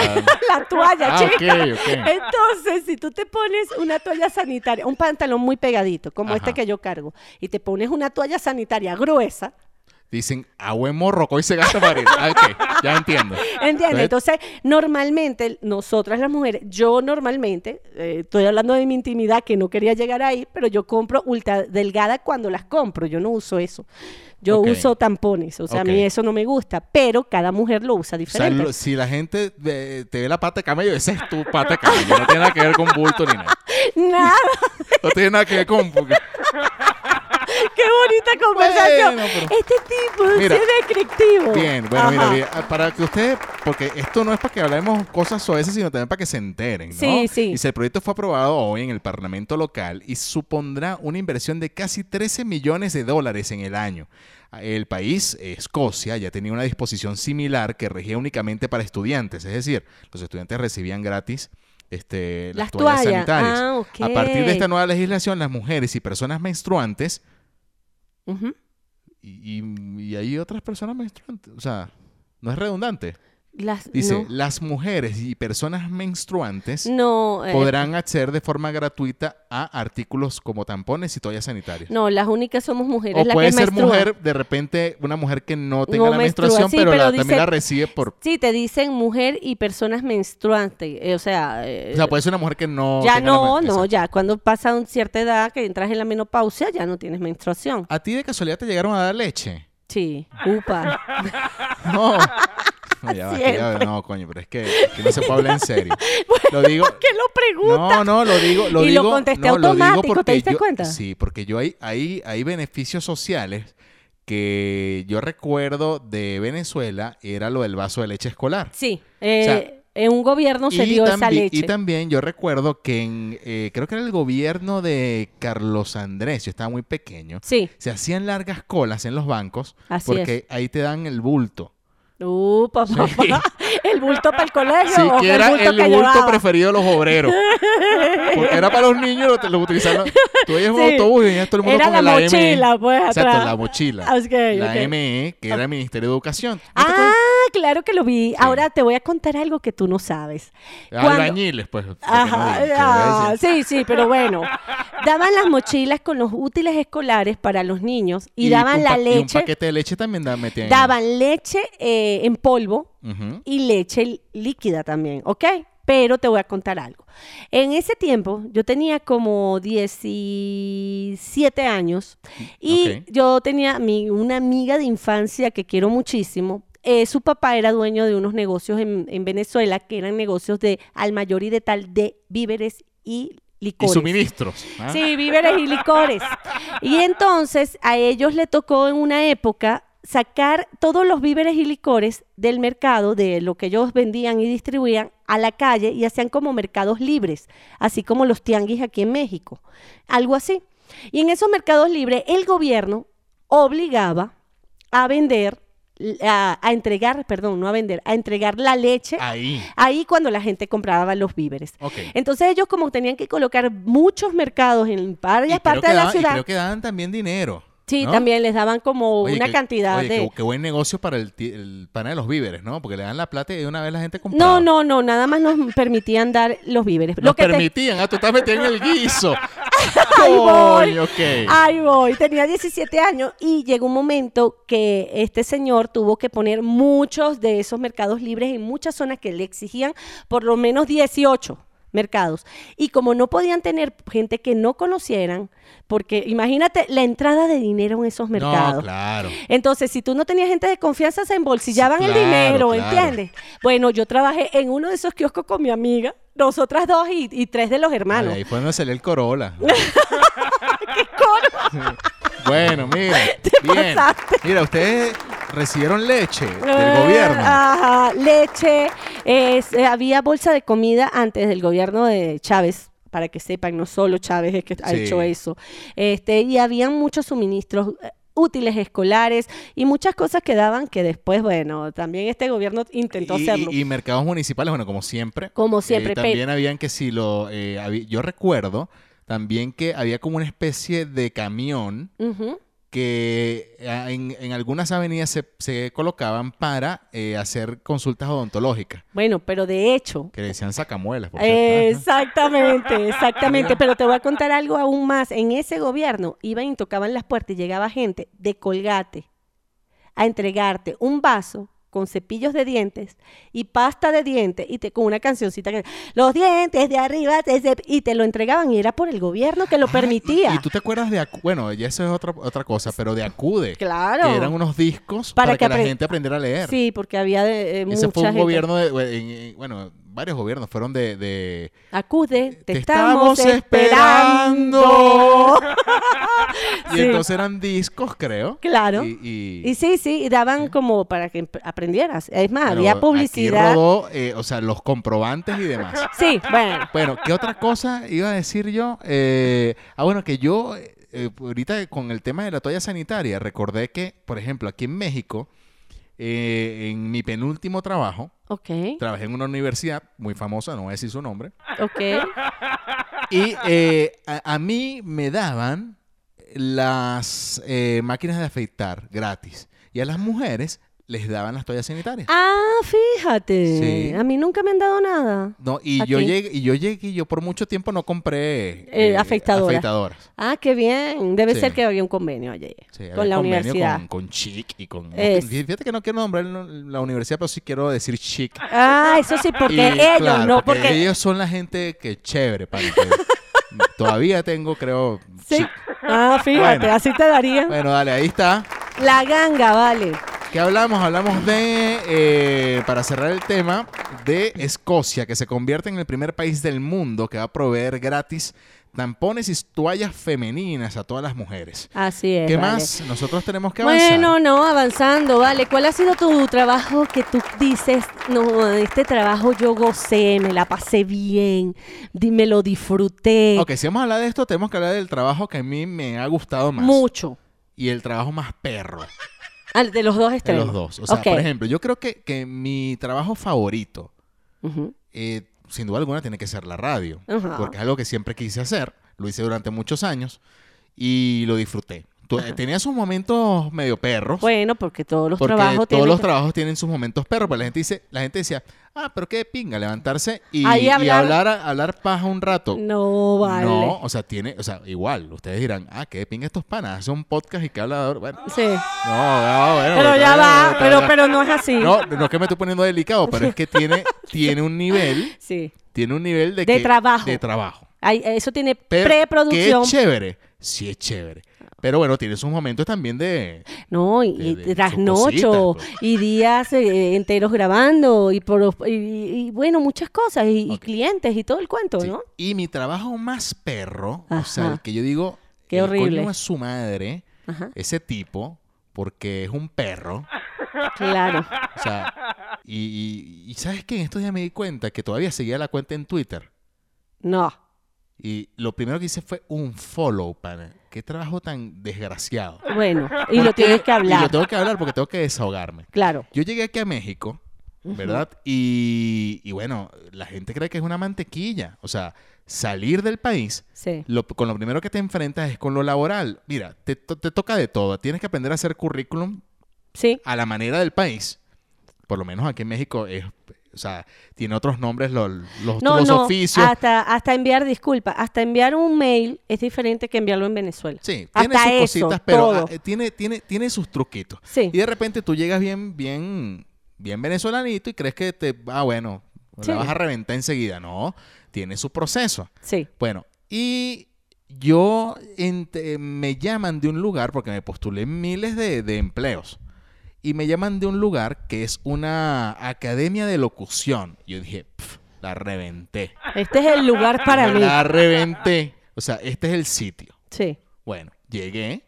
Speaker 3: la toalla,
Speaker 2: Ah,
Speaker 3: chica.
Speaker 2: ok, ok.
Speaker 3: Entonces, si tú te pones una toalla sanitaria, un pantalón muy pegadito, como
Speaker 2: Ajá.
Speaker 3: este que yo cargo, y te pones una toalla sanitaria gruesa,
Speaker 2: Dicen, agua en morroco y se gasta para ir. Ah, ok, ya entiendo.
Speaker 3: ¿entiendes?
Speaker 2: Entonces,
Speaker 3: Entonces, normalmente, nosotras las mujeres, yo normalmente, eh, estoy hablando de mi intimidad que no quería llegar ahí, pero yo compro ultra delgada cuando las compro, yo no uso eso. Yo
Speaker 2: Ok.
Speaker 3: uso tampones, o sea,
Speaker 2: Ok.
Speaker 3: a mí eso no me gusta, pero cada mujer lo usa
Speaker 2: o sea,
Speaker 3: diferente.
Speaker 2: lo- si la gente eh, te ve la pata de camello, esa es tu pata de camello. No tiene nada que ver con bulto ni nada.
Speaker 3: Nada,
Speaker 2: No tiene nada que ver con... porque-
Speaker 3: qué bonita conversación.
Speaker 2: Bueno, pero-
Speaker 3: Este tipo
Speaker 2: Mira.
Speaker 3: sí es descriptivo.
Speaker 2: Bien, bueno, mira,
Speaker 3: Ajá.
Speaker 2: bien, ah, para que ustedes, porque esto no es para que hablemos cosas soeces, sino también para que se enteren, ¿no?
Speaker 3: Sí, sí.
Speaker 2: Y si el proyecto fue aprobado hoy en el Parlamento local y supondrá una inversión de casi 13 millones de dólares en el año. El país, Escocia, ya tenía una disposición similar que regía únicamente para estudiantes, es decir, los estudiantes recibían gratis este, las,
Speaker 3: Las
Speaker 2: toallas,
Speaker 3: toallas,
Speaker 2: sanitarias.
Speaker 3: ah,
Speaker 2: A partir de esta
Speaker 3: ok.
Speaker 2: nueva legislación, las mujeres y personas menstruantes
Speaker 3: Ujú.
Speaker 2: y, y- y hay otras personas menstruantes. O sea, no es redundante.
Speaker 3: Las-
Speaker 2: Dice, las mujeres y personas menstruantes
Speaker 3: no, no, eh,
Speaker 2: podrán acceder de forma gratuita a artículos como tampones y toallas sanitarias.
Speaker 3: no, las únicas somos mujeres.
Speaker 2: o
Speaker 3: las
Speaker 2: puede
Speaker 3: que
Speaker 2: ser
Speaker 3: menstruan.
Speaker 2: mujer, de repente, una mujer que no tenga
Speaker 3: No
Speaker 2: la
Speaker 3: menstrua,
Speaker 2: menstruación,
Speaker 3: sí,
Speaker 2: pero,
Speaker 3: pero
Speaker 2: la-
Speaker 3: dice-
Speaker 2: también la recibe por...
Speaker 3: Sí, te dicen mujer y personas menstruantes. eh, o sea, eh,
Speaker 2: O sea, puede ser una mujer que no...
Speaker 3: ya
Speaker 2: tenga la
Speaker 3: no,
Speaker 2: men-
Speaker 3: no,
Speaker 2: Exacto.
Speaker 3: ya. Cuando pasa una cierta edad que entras en la menopausia, ya no tienes menstruación.
Speaker 2: ¿A ti de casualidad te llegaron a dar leche?
Speaker 3: Sí, upa.
Speaker 2: No. No, ya va, que ya-
Speaker 3: Siempre.
Speaker 2: no, coño, pero es que, que no se puede hablar en serio. Lo digo,
Speaker 3: ¿Por qué lo preguntas?
Speaker 2: No, no, lo digo, lo
Speaker 3: Y lo
Speaker 2: digo.
Speaker 3: contesté
Speaker 2: no, lo digo
Speaker 3: automático, ¿te
Speaker 2: porque
Speaker 3: diste
Speaker 2: yo-
Speaker 3: cuenta?
Speaker 2: Sí, porque yo hay, hay, hay beneficios sociales que yo recuerdo de Venezuela, era lo del vaso de leche escolar.
Speaker 3: Sí, eh, en un gobierno se dio esa
Speaker 2: tambi-
Speaker 3: leche.
Speaker 2: y también yo recuerdo que en, eh, creo que era el gobierno de Carlos Andrés, yo estaba muy pequeño,
Speaker 3: Sí,
Speaker 2: se hacían largas colas en los bancos
Speaker 3: Así
Speaker 2: porque ahí te dan el bulto.
Speaker 3: upa, papá. El bulto para el colegio. o
Speaker 2: Sí, que era el
Speaker 3: que
Speaker 2: bulto
Speaker 3: llevaba?
Speaker 2: preferido de los obreros. Porque era para los niños, lo, lo utilizaban. Tú ibas en un
Speaker 3: Sí.
Speaker 2: autobús y venías todo el mundo
Speaker 3: Era
Speaker 2: con
Speaker 3: la
Speaker 2: la ME.
Speaker 3: mochila, pues,
Speaker 2: Exacto,
Speaker 3: atrás.
Speaker 2: la mochila.
Speaker 3: Ah, ok,
Speaker 2: la
Speaker 3: ok.
Speaker 2: ME, que era el Ministerio de Educación. ¿No te acuerdas?
Speaker 3: Ah, claro que lo vi. Ahora te voy a contar algo que tú no sabes. Cuando-
Speaker 2: Albañiles, pues. porque no
Speaker 3: Ajá,
Speaker 2: digan, ¿qué voy a
Speaker 3: ah,
Speaker 2: decir?
Speaker 3: sí, sí, pero bueno. Daban las mochilas con los útiles escolares para los niños y,
Speaker 2: un
Speaker 3: daban la
Speaker 2: pa- Y un
Speaker 3: leche.
Speaker 2: paquete de leche también da- metían.
Speaker 3: Daban leche eh, en polvo
Speaker 2: Ujú.
Speaker 3: y leche lí- líquida también, ¿ok? Pero te voy a contar algo. En ese tiempo yo tenía como 17 años y
Speaker 2: Ok.
Speaker 3: yo tenía mi- una amiga de infancia que quiero muchísimo. Eh, su papá era dueño de unos negocios en, en Venezuela que eran negocios de al mayor y de tal de víveres y
Speaker 2: Y
Speaker 3: licores.
Speaker 2: suministros. ¿ah?
Speaker 3: Sí, víveres y licores. Y entonces a ellos le tocó en una época sacar todos los víveres y licores del mercado, de lo que ellos vendían y distribuían, a la calle y hacían como mercados libres, así como los tianguis aquí en México, algo así. Y en esos mercados libres el gobierno obligaba a vender, a, a entregar, perdón, no a vender, a entregar la leche
Speaker 2: Ahí.
Speaker 3: ahí cuando la gente compraba los víveres.
Speaker 2: Ok.
Speaker 3: Entonces ellos como tenían que colocar muchos mercados en varias
Speaker 2: Y creo que
Speaker 3: partes de la
Speaker 2: daban- y
Speaker 3: ciudad.
Speaker 2: creo que daban también dinero.
Speaker 3: Sí,
Speaker 2: ¿no?
Speaker 3: también les daban como
Speaker 2: Oye,
Speaker 3: una
Speaker 2: qué-
Speaker 3: cantidad
Speaker 2: oye,
Speaker 3: de...
Speaker 2: Qué, qué buen negocio para el, ti- el pana de los víveres, ¿no? Porque le dan la plata y de una vez la gente compra.
Speaker 3: No, no, no, nada más nos permitían dar los víveres.
Speaker 2: Nos
Speaker 3: que te-
Speaker 2: permitían. Ah, tú estás metido en el guiso.
Speaker 3: Ahí voy.
Speaker 2: Coño, ok.
Speaker 3: Ahí voy. Tenía 17 años y llegó un momento que este señor tuvo que poner muchos de esos mercados libres en muchas zonas que le exigían por lo menos 18 mercados. Y como no podían tener gente que no conocieran, porque imagínate la entrada de dinero en esos mercados.
Speaker 2: No, claro.
Speaker 3: Entonces, si tú no tenías gente de confianza, se embolsillaban
Speaker 2: Sí,
Speaker 3: el
Speaker 2: claro,
Speaker 3: dinero,
Speaker 2: claro.
Speaker 3: ¿entiendes? Bueno, yo trabajé en uno de esos kioscos con mi amiga, nosotras dos y, y tres de los
Speaker 2: Ay,
Speaker 3: hermanos.
Speaker 2: ahí fue donde salió el Corolla. Bueno, mira. bien.
Speaker 3: pasaste.
Speaker 2: Mira, ustedes recibieron leche del
Speaker 3: Ah,
Speaker 2: gobierno.
Speaker 3: Ajá, leche. es- eh, había bolsa de comida antes del gobierno de Chávez. Para que sepan, no solo Chávez es que ha
Speaker 2: Sí.
Speaker 3: hecho eso. Este, y habían muchos suministros eh, útiles escolares y muchas cosas que daban que después, bueno, también este gobierno intentó
Speaker 2: Y,
Speaker 3: hacerlo.
Speaker 2: y- y mercados municipales, bueno, como siempre.
Speaker 3: Como
Speaker 2: Eh,
Speaker 3: siempre, pero-
Speaker 2: también habían que si lo... eh, habi- yo recuerdo también que había como una especie de camión
Speaker 3: Ujú.
Speaker 2: que ah, en, en algunas avenidas se, se colocaban para eh, hacer consultas odontológicas,
Speaker 3: Bueno, pero de hecho,
Speaker 2: que le decían sacamuelas, por
Speaker 3: Eh,
Speaker 2: cierto.
Speaker 3: Exactamente, exactamente. Pero te voy a contar algo aún más. En ese gobierno iban y tocaban las puertas y llegaba gente de colgate a entregarte un vaso con cepillos de dientes y pasta de dientes y te, con una cancioncita que los dientes de arriba te cep-", y te lo entregaban y era por el gobierno que lo
Speaker 2: Ah,
Speaker 3: permitía.
Speaker 2: Y, y tú te acuerdas de... Acu- Bueno, ya eso es otra, otra cosa, pero de Acude.
Speaker 3: claro.
Speaker 2: Que eran unos discos para,
Speaker 3: Para
Speaker 2: que,
Speaker 3: que
Speaker 2: la
Speaker 3: apre-
Speaker 2: gente aprendiera a leer.
Speaker 3: Sí, porque había de, eh,
Speaker 2: Ese
Speaker 3: mucha
Speaker 2: fue un
Speaker 3: gente.
Speaker 2: gobierno de... Bueno, en- en- bueno, varios gobiernos fueron de... de-
Speaker 3: Acude, te,
Speaker 2: Te
Speaker 3: estamos,
Speaker 2: estamos
Speaker 3: esperando.
Speaker 2: esperando. Y
Speaker 3: Sí.
Speaker 2: entonces eran discos, creo.
Speaker 3: Claro.
Speaker 2: Y, y-
Speaker 3: Y sí, sí, y daban como para que empre- aprendieras. Es más,
Speaker 2: bueno,
Speaker 3: había
Speaker 2: aquí
Speaker 3: publicidad.
Speaker 2: rodó, eh, o sea, los comprobantes y demás.
Speaker 3: Sí, bueno.
Speaker 2: Bueno, ¿qué otra cosa iba a decir yo? Eh, ah, bueno, que yo eh, eh, ahorita con el tema de la toalla sanitaria, recordé que, por ejemplo, aquí en México, eh, en mi penúltimo trabajo,
Speaker 3: Ok,
Speaker 2: trabajé en una universidad muy famosa, no voy a decir su nombre,
Speaker 3: ok.
Speaker 2: y eh, a, a mí me daban las eh, máquinas de afeitar gratis, y a las mujeres les daban las toallas sanitarias.
Speaker 3: Ah, fíjate.
Speaker 2: Sí.
Speaker 3: A mí nunca me han dado nada.
Speaker 2: No, y yo
Speaker 3: Aquí.
Speaker 2: llegué, y yo llegué, y yo por mucho tiempo no compré
Speaker 3: Eh, afeitadoras.
Speaker 2: afeitadoras.
Speaker 3: Ah, qué bien. Debe
Speaker 2: Sí.
Speaker 3: ser que había un convenio allí
Speaker 2: Sí,
Speaker 3: con
Speaker 2: había
Speaker 3: la
Speaker 2: convenio
Speaker 3: universidad.
Speaker 2: Con, con Chic y con...
Speaker 3: Es.
Speaker 2: Fíjate que no quiero nombrar la universidad, pero sí quiero decir Chic.
Speaker 3: Ah, eso sí, porque
Speaker 2: Y,
Speaker 3: ellos
Speaker 2: claro,
Speaker 3: no, porque,
Speaker 2: ellos son la gente que es chévere, para que todavía tengo, creo,
Speaker 3: Sí.
Speaker 2: Chic.
Speaker 3: Ah, fíjate,
Speaker 2: Bueno.
Speaker 3: así te darían.
Speaker 2: Bueno, dale, ahí está.
Speaker 3: La ganga, vale.
Speaker 2: ¿Qué hablamos? Hablamos de, eh, para cerrar el tema, de Escocia, que se convierte en el primer país del mundo que va a proveer gratis tampones y toallas femeninas a todas las mujeres.
Speaker 3: Así es.
Speaker 2: ¿Qué
Speaker 3: Eh, vale.
Speaker 2: más? Nosotros tenemos que avanzar.
Speaker 3: Bueno, no, avanzando, vale. ¿Cuál ha sido tu trabajo que tú dices, no, este trabajo yo gocé, me la pasé bien, di- me lo disfruté
Speaker 2: Ok, si vamos a hablar de esto, tenemos que hablar del trabajo que a mí me ha gustado más.
Speaker 3: mucho?
Speaker 2: Y el trabajo más perro
Speaker 3: Al de los dos
Speaker 2: de
Speaker 3: extremos.
Speaker 2: los dos. O sea,
Speaker 3: Ok.
Speaker 2: por ejemplo, yo creo que, que mi trabajo favorito,
Speaker 3: Ujú.
Speaker 2: eh, sin duda alguna, tiene que ser la radio.
Speaker 3: Ajá.
Speaker 2: Porque es algo que siempre quise hacer. Lo hice durante muchos años y lo disfruté. Tu- Tenía sus momentos medio perros.
Speaker 3: Bueno, porque todos los
Speaker 2: porque
Speaker 3: trabajos
Speaker 2: todos
Speaker 3: tienen
Speaker 2: los
Speaker 3: que-
Speaker 2: trabajos tienen sus momentos perros. Pero la gente dice, la gente decía, ah, pero qué pinga levantarse y,
Speaker 3: Ahí
Speaker 2: y
Speaker 3: hablar-
Speaker 2: hablar, hablar paja un rato.
Speaker 3: No, vale.
Speaker 2: No, o sea, tiene, o sea, igual, ustedes dirán, ah, qué pinga estos panas, hace un podcast y que habla de... Bueno,
Speaker 3: Sí.
Speaker 2: no, no, bueno.
Speaker 3: Pero ya
Speaker 2: bueno,
Speaker 3: va,
Speaker 2: bueno,
Speaker 3: pero,
Speaker 2: ya-
Speaker 3: pero no es así.
Speaker 2: No, no es que me estoy poniendo delicado, pero es que tiene, tiene un nivel,
Speaker 3: Sí.
Speaker 2: tiene un nivel de...
Speaker 3: De
Speaker 2: que-
Speaker 3: trabajo.
Speaker 2: De trabajo.
Speaker 3: Ay, eso tiene
Speaker 2: Pero
Speaker 3: preproducción.
Speaker 2: Que es chévere, sí es chévere. Pero bueno, tiene sus momentos también de...
Speaker 3: No, y,
Speaker 2: de-
Speaker 3: y
Speaker 2: de sus
Speaker 3: trasnocho,
Speaker 2: cositas, pues.
Speaker 3: y días eh, enteros grabando, y, por, y, y- y bueno, muchas cosas, y, y
Speaker 2: Ok.
Speaker 3: clientes, y todo el cuento,
Speaker 2: sí.
Speaker 3: ¿no?
Speaker 2: Y mi trabajo más perro, o sea,
Speaker 3: Ajá.
Speaker 2: el que yo digo...
Speaker 3: Qué
Speaker 2: el
Speaker 3: horrible.
Speaker 2: coño a su madre,
Speaker 3: Ajá,
Speaker 2: ese tipo, porque es un perro.
Speaker 3: claro.
Speaker 2: O sea, y, y- y ¿sabes qué? En estos días me di cuenta que todavía seguía la cuenta en Twitter.
Speaker 3: No.
Speaker 2: Y lo primero que hice fue un follow, pana. Qué trabajo tan desgraciado.
Speaker 3: Bueno, y lo
Speaker 2: Porque-
Speaker 3: tienes que
Speaker 2: Y
Speaker 3: hablar.
Speaker 2: lo tengo que hablar porque tengo que desahogarme.
Speaker 3: Claro.
Speaker 2: Yo llegué aquí a México, ¿verdad? y, y bueno, la gente cree que es una mantequilla. O sea, salir del país,
Speaker 3: Sí.
Speaker 2: lo- con lo primero que te enfrentas es con lo laboral. Mira, te, to- te toca de todo. Tienes que aprender a hacer currículum
Speaker 3: Sí.
Speaker 2: a la manera del país, por lo menos aquí en México es, o sea, tiene otros nombres los, los,
Speaker 3: No,
Speaker 2: los
Speaker 3: no.
Speaker 2: oficios.
Speaker 3: Hasta, hasta enviar, disculpa, hasta enviar un mail es diferente que enviarlo en Venezuela.
Speaker 2: Sí, tiene
Speaker 3: hasta
Speaker 2: sus
Speaker 3: eso,
Speaker 2: cositas, pero
Speaker 3: todo.
Speaker 2: ah, eh, tiene, tiene, tiene sus truquitos.
Speaker 3: Sí.
Speaker 2: Y de repente tú llegas bien, bien, bien venezolanito y crees que te, ah, bueno,
Speaker 3: Sí.
Speaker 2: la vas a reventar enseguida. No, tiene su proceso.
Speaker 3: Sí.
Speaker 2: Bueno, y yo ent- eh, me llaman de un lugar, porque me postulé en miles de, de empleos, y me llaman de un lugar que es una academia de locución. Yo dije, "Pf, la reventé.
Speaker 3: Este es el lugar para mí.
Speaker 2: La reventé. O sea, este es el sitio.
Speaker 3: Sí.
Speaker 2: Bueno, llegué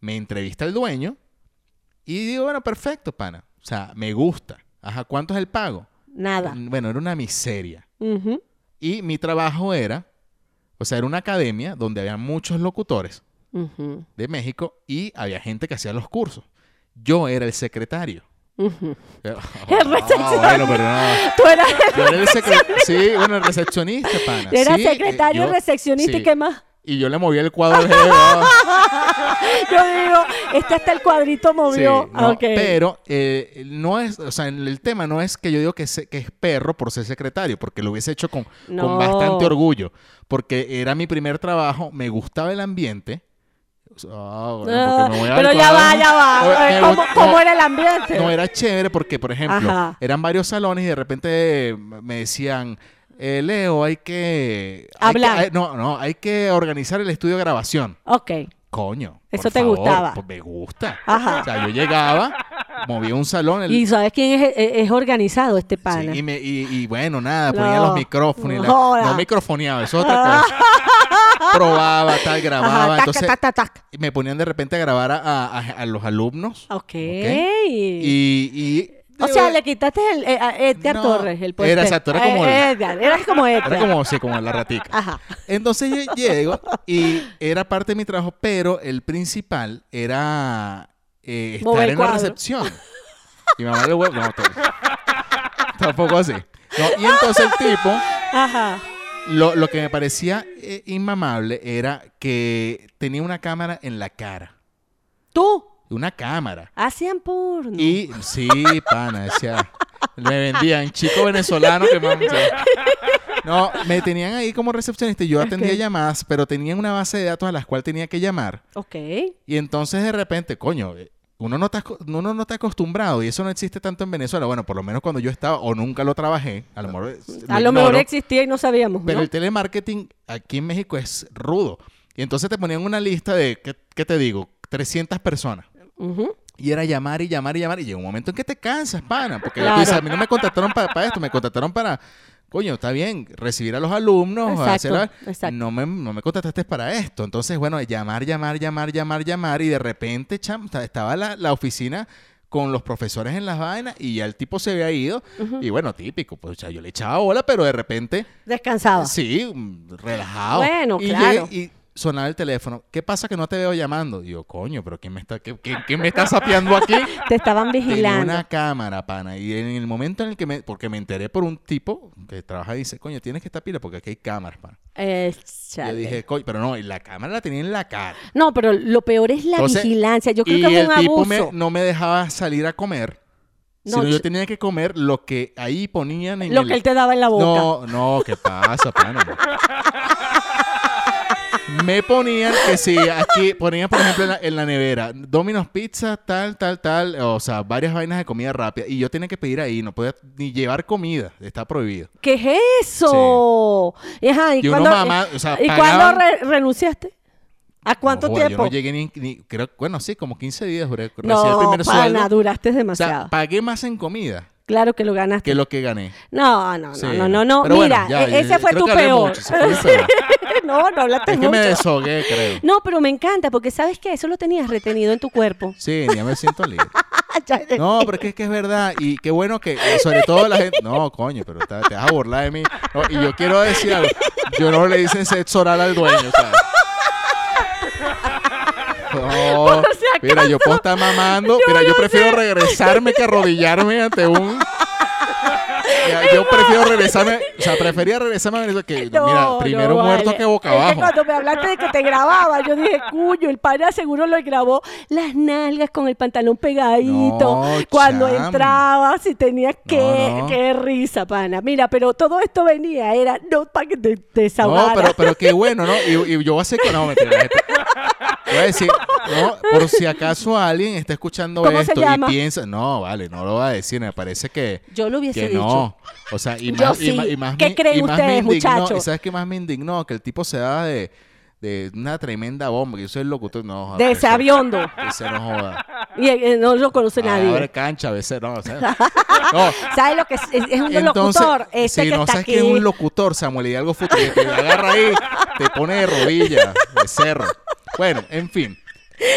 Speaker 2: Me entrevista el dueño y digo, bueno, perfecto, pana. O sea, me gusta. Ajá, ¿cuánto es el pago?
Speaker 3: Nada.
Speaker 2: Bueno, era una miseria.
Speaker 3: Ujú.
Speaker 2: Y mi trabajo era, o sea, era una academia donde había muchos locutores
Speaker 3: Ujú.
Speaker 2: de México y había gente que hacía los cursos. Yo era el secretario.
Speaker 3: Ujú.
Speaker 2: Yo-
Speaker 3: El
Speaker 2: Ah,
Speaker 3: recepcionista.
Speaker 2: bueno, pero no.
Speaker 3: Tú eras
Speaker 2: Yo era el secretario. Sí, bueno, el recepcionista, pana.
Speaker 3: Era
Speaker 2: Sí, eh,
Speaker 3: secretario,
Speaker 2: yo-
Speaker 3: recepcionista
Speaker 2: sí.
Speaker 3: y qué más.
Speaker 2: Y yo le movía el cuadro al jefe, ¿no?
Speaker 3: Yo digo, este hasta el cuadrito
Speaker 2: Sí,
Speaker 3: movió.
Speaker 2: no,
Speaker 3: Ah, Ok.
Speaker 2: Pero eh, no es, o sea, el, el tema no es que yo digo que, se- que es perro por ser secretario, porque lo hubiese hecho con, con
Speaker 3: No.
Speaker 2: bastante orgullo, porque era mi primer trabajo, me gustaba el ambiente. O sea, ah, bueno,
Speaker 3: Ah,
Speaker 2: porque me voy al
Speaker 3: pero ya va,
Speaker 2: cuadro.
Speaker 3: ya va.
Speaker 2: Eh,
Speaker 3: Eh,
Speaker 2: me
Speaker 3: ¿Cómo,
Speaker 2: gust-
Speaker 3: cómo
Speaker 2: no,
Speaker 3: era el ambiente?
Speaker 2: no, eh, era chévere porque, por ejemplo,
Speaker 3: Ajá.
Speaker 2: eran varios salones y de repente eh, me decían, eh, Leo, hay que... hay que-
Speaker 3: Hablar.
Speaker 2: eh, no, no, hay que organizar el estudio de grabación.
Speaker 3: Ok.
Speaker 2: Coño.
Speaker 3: Eso
Speaker 2: por
Speaker 3: te
Speaker 2: favor,
Speaker 3: gustaba.
Speaker 2: Pues me gusta.
Speaker 3: Ajá.
Speaker 2: O sea, yo llegaba, movía un salón. el-
Speaker 3: ¿Y sabes quién es, eh, es- es organizado este
Speaker 2: sí,
Speaker 3: pana?
Speaker 2: y, me- y- y bueno, nada, ponía
Speaker 3: No,
Speaker 2: los micrófonos. y la- No,
Speaker 3: joda.
Speaker 2: microfoneaba, eso es otra cosa. Probaba, tal, grababa.
Speaker 3: Ajá, tac,
Speaker 2: entonces
Speaker 3: tac, tac, tac.
Speaker 2: me ponían de repente a grabar a, a- a- a los alumnos.
Speaker 3: Ok.
Speaker 2: Y, y-
Speaker 3: o
Speaker 2: digo,
Speaker 3: sea, le quitaste el, eh, a Edgar
Speaker 2: No,
Speaker 3: Torres, el
Speaker 2: era
Speaker 3: puente.
Speaker 2: exacto, era como
Speaker 3: Eh,
Speaker 2: el-
Speaker 3: Edgar, eras como Edgar.
Speaker 2: Era como, sí, como la ratica.
Speaker 3: Ajá.
Speaker 2: Entonces yo llego y era parte de mi trabajo, pero el principal era eh, estar
Speaker 3: Mover el
Speaker 2: en la
Speaker 3: cuadro.
Speaker 2: recepción. Y mamá le huevo. No, tampoco- tampoco así. No, y entonces el tipo,
Speaker 3: Ajá.
Speaker 2: lo, lo que me parecía eh, inmamable era que tenía una cámara en la cara.
Speaker 3: Tú
Speaker 2: Una cámara.
Speaker 3: hacían porno.
Speaker 2: Y sí, pana, decía. Me vendían, chico venezolano que mamá. No, me tenían ahí como recepcionista y yo atendía
Speaker 3: Ok.
Speaker 2: llamadas, pero tenían una base de datos a las cuales tenía que llamar.
Speaker 3: Ok.
Speaker 2: Y entonces de repente, coño, eh, uno no, está, aco- uno no está acostumbrado y eso no existe tanto en Venezuela. Bueno, por lo menos cuando yo estaba o nunca lo trabajé, a lo mejor, eh,
Speaker 3: A lo
Speaker 2: ignoro,
Speaker 3: mejor existía y no sabíamos.
Speaker 2: Pero
Speaker 3: ¿no?
Speaker 2: el telemarketing aquí en México es rudo. Y entonces te ponían una lista de, ¿qué, qué te digo? 300 personas.
Speaker 3: Ujú.
Speaker 2: Y era llamar y llamar y llamar. Y llegó un momento en que te cansas, pana. Porque tú
Speaker 3: Claro.
Speaker 2: dices, a mí no me contrataron para, para esto, me contrataron para, coño, está bien, recibir a los alumnos.
Speaker 3: Exacto,
Speaker 2: hacer la-
Speaker 3: exacto.
Speaker 2: No, me, no me contrataste para esto. Entonces, bueno, llamar, llamar, llamar, llamar, llamar. Y de repente, cham, ta- estaba la, la oficina con los profesores en las vainas y ya el tipo se había ido. Y bueno, típico, pues o sea, yo le echaba bola, pero de repente,
Speaker 3: Descansaba.
Speaker 2: sí, mm, relajado.
Speaker 3: Ah. Bueno,
Speaker 2: y
Speaker 3: claro.
Speaker 2: llegué y sonaba el teléfono. ¿Qué pasa que no te veo llamando? Digo, coño, pero ¿quién me está, qué- qué- quién me está sapeando aquí?
Speaker 3: Te estaban
Speaker 2: Tenía
Speaker 3: vigilando.
Speaker 2: una cámara, pana. Y en el momento en el que me. Porque me enteré por un tipo que trabaja y dice, coño, tienes que estar pila porque aquí hay cámaras, pana.
Speaker 3: Eh,
Speaker 2: Y Yo
Speaker 3: chale.
Speaker 2: dije, coño, pero no, y la cámara la tenía en la cara.
Speaker 3: No, pero lo peor es la
Speaker 2: Entonces,
Speaker 3: vigilancia. Yo creo
Speaker 2: y
Speaker 3: que es
Speaker 2: el
Speaker 3: un
Speaker 2: tipo
Speaker 3: abuso.
Speaker 2: me- no me dejaba salir a comer.
Speaker 3: No,
Speaker 2: sino yo
Speaker 3: ch-
Speaker 2: tenía que comer lo que ahí ponían en
Speaker 3: Lo
Speaker 2: el-
Speaker 3: que él te daba en la boca.
Speaker 2: No, no, ¿qué pasa, pana? Me ponían que sí, aquí ponían, por ejemplo, en la, en la nevera, Domino's Pizza, tal, tal, tal, o sea, varias vainas de comida rápida. Y yo tenía que pedir ahí, no podía ni llevar comida, está prohibido.
Speaker 3: ¿Qué es eso? Ajá, ¿y
Speaker 2: Y uno
Speaker 3: cuándo,
Speaker 2: mamá, o sea,
Speaker 3: ¿y
Speaker 2: pagaban-
Speaker 3: cuándo re- renunciaste? ¿A cuánto
Speaker 2: No, joda,
Speaker 3: tiempo?
Speaker 2: Yo no llegué ni, ni- creo, bueno, sí, como 15 días, duré- recibí el
Speaker 3: No,
Speaker 2: primer
Speaker 3: pana,
Speaker 2: sueldo.
Speaker 3: duraste
Speaker 2: o
Speaker 3: demasiado.
Speaker 2: sea, pagué más en comida
Speaker 3: claro que lo ganaste.
Speaker 2: que lo que gané.
Speaker 3: No, no, no,
Speaker 2: Sí,
Speaker 3: no, no, no.
Speaker 2: pero
Speaker 3: Mira,
Speaker 2: bueno, ya,
Speaker 3: e-
Speaker 2: ya,
Speaker 3: ese fue
Speaker 2: creo
Speaker 3: tu
Speaker 2: que hablé
Speaker 3: peor.
Speaker 2: mucho, ese fue mi peor.
Speaker 3: no, no hablaste
Speaker 2: Es que
Speaker 3: mucho.
Speaker 2: me deshogué, creo.
Speaker 3: No, pero me encanta porque sabes que eso lo tenías retenido en tu cuerpo. Ah,
Speaker 2: Sí, ya me siento libre.
Speaker 3: Ya eres-
Speaker 2: No, pero es que, es que es verdad. Y qué bueno que, eh, sobre todo la gente. No, coño, pero te, te vas a burlar de mí. No, y yo quiero decir algo. Yo no le hice sexo oral al dueño, ¿sabes? No,
Speaker 3: Por si
Speaker 2: mira, yo
Speaker 3: acaso,
Speaker 2: puedo estar mamando.
Speaker 3: yo
Speaker 2: mira, yo
Speaker 3: lo
Speaker 2: prefiero
Speaker 3: sé.
Speaker 2: regresarme que arrodillarme ante un. Mira, yo prefiero regresarme. O sea, prefería regresarme a Venezuela que.
Speaker 3: No,
Speaker 2: mira,
Speaker 3: no
Speaker 2: primero muerto
Speaker 3: vale.
Speaker 2: que boca
Speaker 3: Es que
Speaker 2: abajo.
Speaker 3: cuando me hablaste de que te grababa, yo dije, cuyo, el pana seguro lo grabó las nalgas con el pantalón pegadito.
Speaker 2: No,
Speaker 3: cuando
Speaker 2: chamo.
Speaker 3: entrabas y tenías que.
Speaker 2: no.
Speaker 3: Qué risa, pana. Mira, pero todo esto venía, era no para que te
Speaker 2: No,
Speaker 3: desahogaras.
Speaker 2: pero, pero qué bueno, ¿no? Y, y yo voy a hacer que no, mentira, la gente- Voy a decir, no, por si acaso alguien está escuchando
Speaker 3: ¿Cómo se
Speaker 2: esto
Speaker 3: llama?
Speaker 2: y piensa, no, vale, no lo va a decir, me parece que,
Speaker 3: Yo lo hubiese
Speaker 2: que
Speaker 3: dicho.
Speaker 2: no. O sea, y
Speaker 3: Yo
Speaker 2: más, y
Speaker 3: sí.
Speaker 2: ma- y más
Speaker 3: ¿Qué
Speaker 2: me-
Speaker 3: creen
Speaker 2: y más me
Speaker 3: ustedes,
Speaker 2: indignó,
Speaker 3: muchachos?
Speaker 2: ¿Y sabes qué más me indignó? Que el tipo se da de, de una tremenda bomba, que yo soy el locutor, no. joder,
Speaker 3: De
Speaker 2: eso-
Speaker 3: sabiondo.
Speaker 2: Ese no joda.
Speaker 3: Y eh, no lo conoce nadie.
Speaker 2: Abre cancha a veces, no, o sea, no,
Speaker 3: ¿Sabes lo que es? Es, es un locutor. Este
Speaker 2: si
Speaker 3: que
Speaker 2: no
Speaker 3: está
Speaker 2: sabes
Speaker 3: aquí.
Speaker 2: que es un locutor, Samuel Hidalgo Futre, te agarra ahí, te pone de rodillas, de cerro. Bueno, en fin.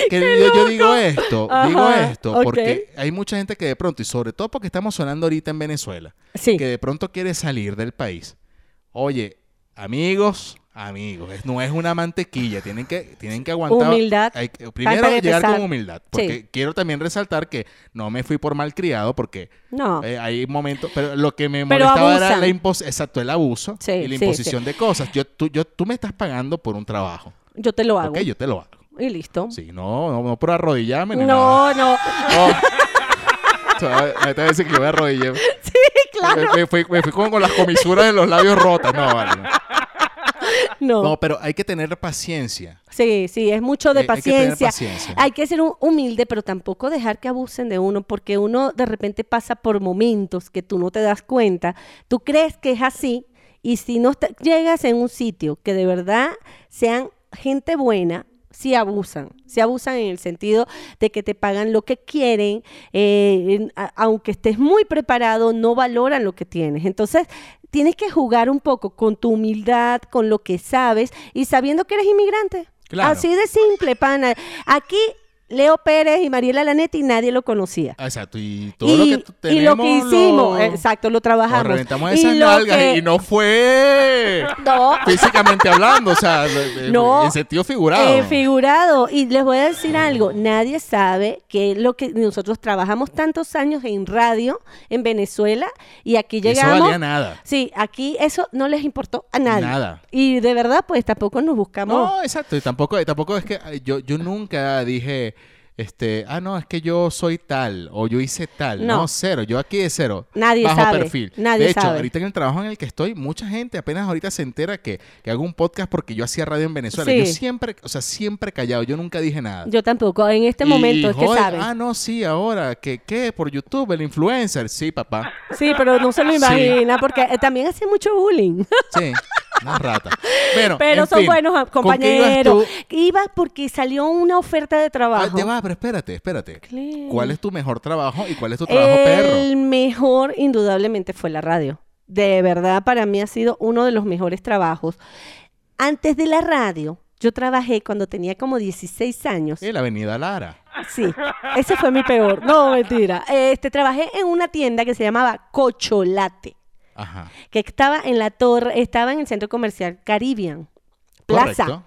Speaker 2: que yo, yo digo esto, digo
Speaker 3: Ajá,
Speaker 2: esto,
Speaker 3: ok.
Speaker 2: porque hay mucha gente que de pronto, y sobre todo porque estamos sonando ahorita en Venezuela,
Speaker 3: Sí.
Speaker 2: que de pronto quiere salir del país. Oye, amigos, amigos, es- no es una mantequilla, tienen que, tienen que aguantar.
Speaker 3: Humildad,
Speaker 2: hay que-
Speaker 3: para
Speaker 2: primero llegar
Speaker 3: empezar.
Speaker 2: con humildad, porque
Speaker 3: Sí.
Speaker 2: quiero también resaltar que no me fui por mal criado, porque
Speaker 3: No.
Speaker 2: eh, hay momentos, pero lo que me
Speaker 3: Pero
Speaker 2: molestaba era
Speaker 3: abusan.
Speaker 2: la impos exacto, el abuso
Speaker 3: Sí,
Speaker 2: y la
Speaker 3: sí,
Speaker 2: imposición de cosas. Yo, tú, yo, tú me estás pagando por un trabajo,
Speaker 3: Yo te lo hago.
Speaker 2: ¿ok? Yo te lo hago.
Speaker 3: Y listo.
Speaker 2: Sí, no, no, no por arrodillarme. ni nada.
Speaker 3: no, no.
Speaker 2: Oh. O sea, Esta vez sí que me arrodillé.
Speaker 3: Sí, claro.
Speaker 2: Me, me fui, me fui como con las comisuras de los labios rotas. No, vale, no.
Speaker 3: No.
Speaker 2: No, pero hay que tener paciencia.
Speaker 3: Sí, sí, es mucho de
Speaker 2: Eh, hay que tener
Speaker 3: paciencia.
Speaker 2: paciencia.
Speaker 3: Hay que ser un- humilde, pero tampoco dejar que abusen de uno, porque uno de repente pasa por momentos que tú no te das cuenta. Tú crees que es así, y si no está- llegas en un sitio que de verdad sean gente buena, si abusan, si abusan en el sentido de que te pagan lo que quieren, eh, en- a- aunque estés muy preparado, no valoran lo que tienes. Entonces, tienes que jugar un poco con tu humildad, con lo que sabes y sabiendo que eres inmigrante.
Speaker 2: Claro.
Speaker 3: Así de simple, pana. Aquí Leo Pérez y Mariela Lanetti nadie lo conocía.
Speaker 2: Ah, Exacto. Y todo lo que t-
Speaker 3: y
Speaker 2: tenemos.
Speaker 3: lo que hicimos, exacto, lo
Speaker 2: Nos
Speaker 3: trabajamos.
Speaker 2: reventamos
Speaker 3: Y
Speaker 2: esas
Speaker 3: lo
Speaker 2: nalgas
Speaker 3: que-
Speaker 2: y no fue
Speaker 3: No.
Speaker 2: físicamente hablando, o sea, eh,
Speaker 3: No.
Speaker 2: en sentido figurado.
Speaker 3: Eh, figurado. Y les voy a decir algo, nadie sabe que es lo que nosotros trabajamos tantos años en radio en Venezuela y aquí
Speaker 2: Y eso
Speaker 3: llegamos.
Speaker 2: valía nada.
Speaker 3: Sí, aquí eso no les importó a nadie.
Speaker 2: Nada.
Speaker 3: Y de verdad, pues tampoco nos buscamos.
Speaker 2: No, exacto. Y tampoco, y tampoco es que eh, yo, yo nunca dije, este, ah, no, es que yo soy tal o yo hice tal. No,
Speaker 3: No.
Speaker 2: cero. Yo aquí de cero.
Speaker 3: Nadie
Speaker 2: bajo
Speaker 3: sabe,
Speaker 2: perfil.
Speaker 3: nadie
Speaker 2: de hecho,
Speaker 3: sabe.
Speaker 2: ahorita en el trabajo en el que estoy, mucha gente apenas ahorita se entera que, que hago un podcast porque yo hacía radio en Venezuela.
Speaker 3: Sí.
Speaker 2: Yo siempre, o sea, siempre callado. Yo nunca dije nada.
Speaker 3: Yo tampoco, en este
Speaker 2: Y,
Speaker 3: momento es que
Speaker 2: joder,
Speaker 3: saben.
Speaker 2: Ah, no, sí, ahora, que qué? Por YouTube, el influencer. Sí, papá.
Speaker 3: Sí, pero no se lo
Speaker 2: Sí.
Speaker 3: imagina porque eh, también hace mucho bullying.
Speaker 2: Sí. Una rata. Bueno,
Speaker 3: Pero
Speaker 2: en
Speaker 3: son
Speaker 2: fin,
Speaker 3: buenos ah,
Speaker 2: ¿con qué ibas tú?
Speaker 3: compañeros. Iba porque salió una oferta de
Speaker 2: Ah,
Speaker 3: trabajo.
Speaker 2: ya va, pero espérate, espérate.
Speaker 3: Claro.
Speaker 2: ¿Cuál es tu mejor trabajo y cuál es tu trabajo perro?
Speaker 3: El mejor, indudablemente, fue la radio. De verdad, para mí ha sido uno de los mejores trabajos. Antes de la radio, yo trabajé cuando tenía como 16 años.
Speaker 2: Eh, la Avenida Lara.
Speaker 3: Sí, ese fue mi peor. No, mentira. Este, trabajé en una tienda que se llamaba Cocholate,
Speaker 2: Ajá.
Speaker 3: que estaba en la torre, estaba en el centro comercial Caribbean Plaza.
Speaker 2: Correcto.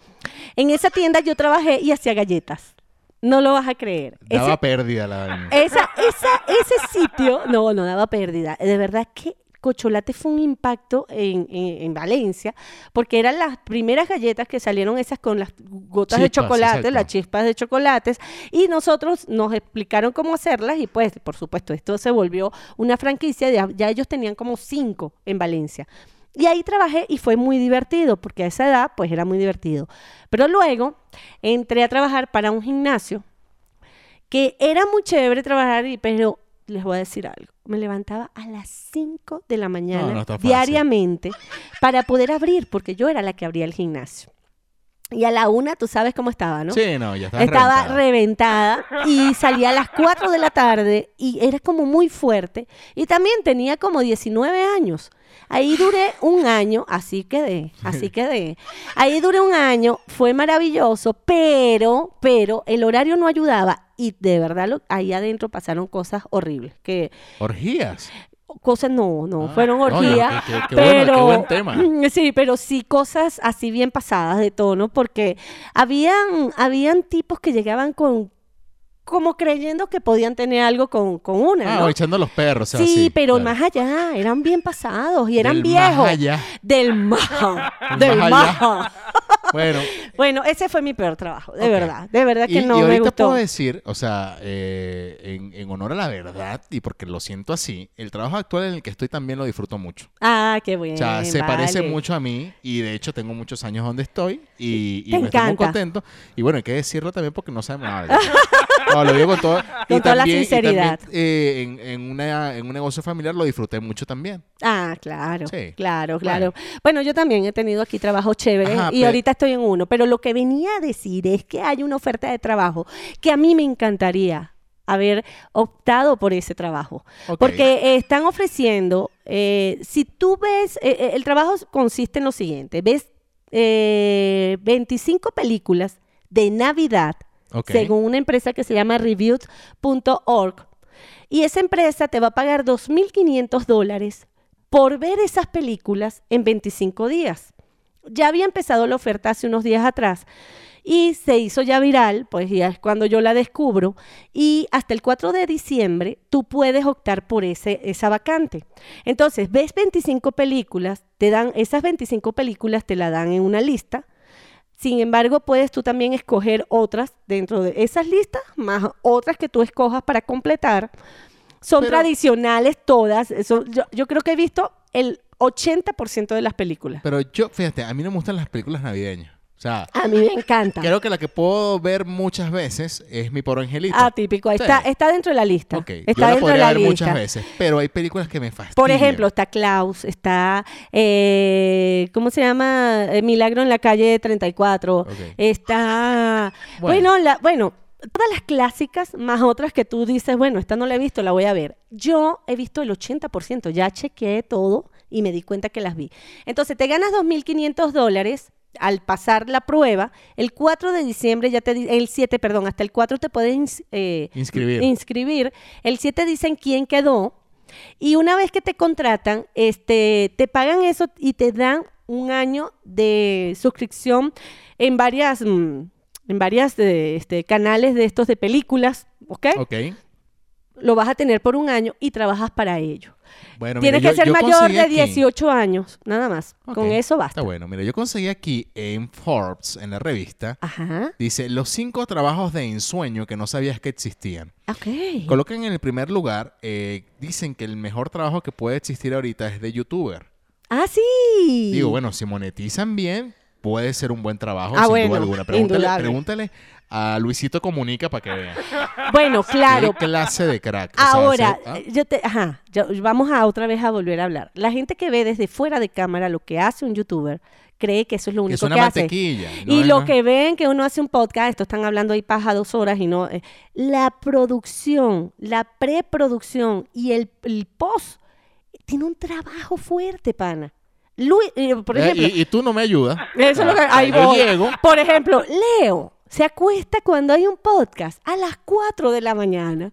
Speaker 3: En esa tienda yo trabajé y hacía galletas. No lo vas a creer.
Speaker 2: Daba
Speaker 3: Ese- Eh,
Speaker 2: pérdida la avenida.
Speaker 3: esa, esa- ese sitio, no, no daba pérdida. De verdad que Cocholate fue un impacto en, en- en Valencia, porque eran las primeras galletas que salieron esas con las gotas de
Speaker 2: Chispas,
Speaker 3: chocolate,
Speaker 2: exacto.
Speaker 3: las chispas de chocolates, y nosotros nos explicaron cómo hacerlas y pues, por supuesto, esto se volvió una franquicia, ya, ya ellos tenían como cinco en Valencia. Y ahí trabajé y fue muy divertido, porque a esa edad pues era muy divertido. Pero luego entré a trabajar para un gimnasio que era muy chévere trabajar, y, pero les voy a decir algo. Me levantaba a las 5 de la mañana
Speaker 2: No, no está fácil.
Speaker 3: diariamente para poder abrir, porque yo era la que abría el gimnasio. Y a la una, tú sabes cómo estaba, ¿no?
Speaker 2: Sí, no, ya estaba.
Speaker 3: Estaba
Speaker 2: reventada.
Speaker 3: reventada y salía a las 4 de la tarde y era como muy fuerte. Y también tenía como 19 años. Ahí duré un año, así quedé, así quedé. Ahí duré un año, fue maravilloso, pero, pero el horario no ayudaba y de verdad lo- ahí adentro pasaron cosas horribles, que
Speaker 2: Orgías.
Speaker 3: cosas no, no,
Speaker 2: Ah,
Speaker 3: fueron
Speaker 2: oye,
Speaker 3: orgías.
Speaker 2: qué- qué- qué bueno, qué
Speaker 3: pero,
Speaker 2: buen tema.
Speaker 3: Sí, pero sí cosas así bien pasadas de tono, porque habían, habían tipos que llegaban con como creyendo que podían tener algo con, con una.
Speaker 2: Ah,
Speaker 3: ¿no?
Speaker 2: o echando a los perros. o sea,
Speaker 3: sí,
Speaker 2: sí,
Speaker 3: pero
Speaker 2: claro.
Speaker 3: más allá, eran bien pasados y eran
Speaker 2: Del más
Speaker 3: viejos.
Speaker 2: allá.
Speaker 3: Del maja,
Speaker 2: Más
Speaker 3: del
Speaker 2: allá.
Speaker 3: maja.
Speaker 2: Bueno,
Speaker 3: Bueno, ese fue mi peor trabajo, de
Speaker 2: Ok.
Speaker 3: verdad, de verdad que
Speaker 2: y,
Speaker 3: no
Speaker 2: y
Speaker 3: me
Speaker 2: ahorita
Speaker 3: gustó.
Speaker 2: puedo decir, o sea, eh, en, en honor a la verdad y porque lo siento así, el trabajo actual en el que estoy también lo disfruto mucho.
Speaker 3: Ah, qué bueno.
Speaker 2: O sea, se parece
Speaker 3: vale.
Speaker 2: mucho a mí y de hecho tengo muchos años donde estoy y, y
Speaker 3: Te
Speaker 2: me estoy muy
Speaker 3: encanta.
Speaker 2: contento. Y bueno, hay que decirlo también porque no sabemos nada. No, lo digo con, todo,
Speaker 3: Con toda la sinceridad.
Speaker 2: eh, en, en una- en un negocio familiar lo disfruté mucho también.
Speaker 3: Ah, claro,
Speaker 2: Sí.
Speaker 3: claro,
Speaker 2: Bueno.
Speaker 3: claro. Bueno. yo también he tenido aquí trabajos chéveres
Speaker 2: Ajá,
Speaker 3: y
Speaker 2: pe-
Speaker 3: ahorita estoy en uno, pero lo que venía a decir es que hay una oferta de trabajo que a mí me encantaría haber optado por ese trabajo.
Speaker 2: Ok.
Speaker 3: Porque eh, están ofreciendo, eh, si tú ves, eh, eh, el trabajo consiste en lo siguiente, ves eh, 25 películas de Navidad
Speaker 2: Ok.
Speaker 3: según una empresa que se llama Reviewed.org. Y esa empresa te va a pagar 2.500 dólares por ver esas películas en 25 días. Ya había empezado la oferta hace unos días atrás y se hizo ya viral, pues ya es cuando yo la descubro. Y hasta el 4 de diciembre tú puedes optar por ese, esa vacante. Entonces, ves 25 películas, te dan, esas 25 películas te la dan en una lista. Sin embargo, puedes tú también escoger otras dentro de esas listas, más otras que tú escojas para completar. Son
Speaker 2: Pero-
Speaker 3: tradicionales todas. Son- yo, yo creo que he visto el 80% de las películas.
Speaker 2: Pero yo, fíjate, a mí no me gustan las películas navideñas. O sea,
Speaker 3: A mí me encanta.
Speaker 2: creo que la que puedo ver muchas veces es Mi Poro Angelito.
Speaker 3: Atípico.
Speaker 2: Sí.
Speaker 3: Está, está dentro de la lista.
Speaker 2: Ok,
Speaker 3: Ah, Está
Speaker 2: yo la
Speaker 3: dentro
Speaker 2: podría
Speaker 3: de la
Speaker 2: ver
Speaker 3: lista.
Speaker 2: muchas veces, pero hay películas que me fastidian.
Speaker 3: Por ejemplo, está Klaus, está, eh, ¿cómo se llama? Eh, Milagro en la calle 34.
Speaker 2: Ok.
Speaker 3: Está,
Speaker 2: Bueno.
Speaker 3: bueno, la- bueno, todas las clásicas, más otras que tú dices, bueno, esta no la he visto, la voy a ver. Yo he visto el 80%, ya chequeé todo y me di cuenta que las vi. Entonces, te ganas 2.500 dólares. Al pasar la prueba, el 4 de diciembre, ya te di- el 7, perdón, hasta el 4 te puedes ins- eh,
Speaker 2: Inscribir.
Speaker 3: inscribir. El 7 dicen quién quedó. Y una vez que te contratan, este, te pagan eso y te dan un año de suscripción en varias, mm, en varias eh, este, canales de estos de películas, ¿ok?
Speaker 2: Ok.
Speaker 3: Lo vas a tener por un año y trabajas para ello.
Speaker 2: Bueno,
Speaker 3: Tienes
Speaker 2: mira,
Speaker 3: que
Speaker 2: yo-
Speaker 3: ser
Speaker 2: yo
Speaker 3: mayor
Speaker 2: conseguí
Speaker 3: de
Speaker 2: aquí-
Speaker 3: 18 años, nada más.
Speaker 2: Ok,
Speaker 3: Con eso
Speaker 2: Está
Speaker 3: basta.
Speaker 2: bueno. Mira, yo conseguí aquí en Forbes, en la revista,
Speaker 3: Ajá,
Speaker 2: dice los cinco trabajos de ensueño que no sabías que existían.
Speaker 3: ok.
Speaker 2: Colocan en el primer lugar, eh, dicen que el mejor trabajo que puede existir ahorita es de youtuber.
Speaker 3: Ah, sí.
Speaker 2: Digo, bueno, si monetizan bien, puede ser un buen trabajo,
Speaker 3: Ah,
Speaker 2: sin
Speaker 3: bueno,
Speaker 2: duda alguna. Pregúntale,
Speaker 3: indudable.
Speaker 2: pregúntale a Luisito Comunica para que vea.
Speaker 3: Bueno, claro,
Speaker 2: ¿Qué clase de crack? O sea,
Speaker 3: Ahora,
Speaker 2: se- ah,
Speaker 3: yo te, ajá, yo- vamos a otra vez a volver a hablar. La gente que ve desde fuera de cámara lo que hace un youtuber cree que eso es lo
Speaker 2: que
Speaker 3: único
Speaker 2: suena
Speaker 3: que hace.
Speaker 2: mantequilla. ¿no?
Speaker 3: Y lo
Speaker 2: No.
Speaker 3: que ven que uno hace un podcast, esto están hablando ahí paja dos horas y no. eh, la producción, la preproducción y el, el post tiene un trabajo fuerte, pana. Luis, eh, por
Speaker 2: Eh,
Speaker 3: ejemplo,
Speaker 2: y, y tú no me ayudas.
Speaker 3: eso es lo que.
Speaker 2: Ah,
Speaker 3: Ahí
Speaker 2: yo
Speaker 3: voy.
Speaker 2: llego.
Speaker 3: Por ejemplo, Leo se acuesta cuando hay un podcast a las 4 de la mañana.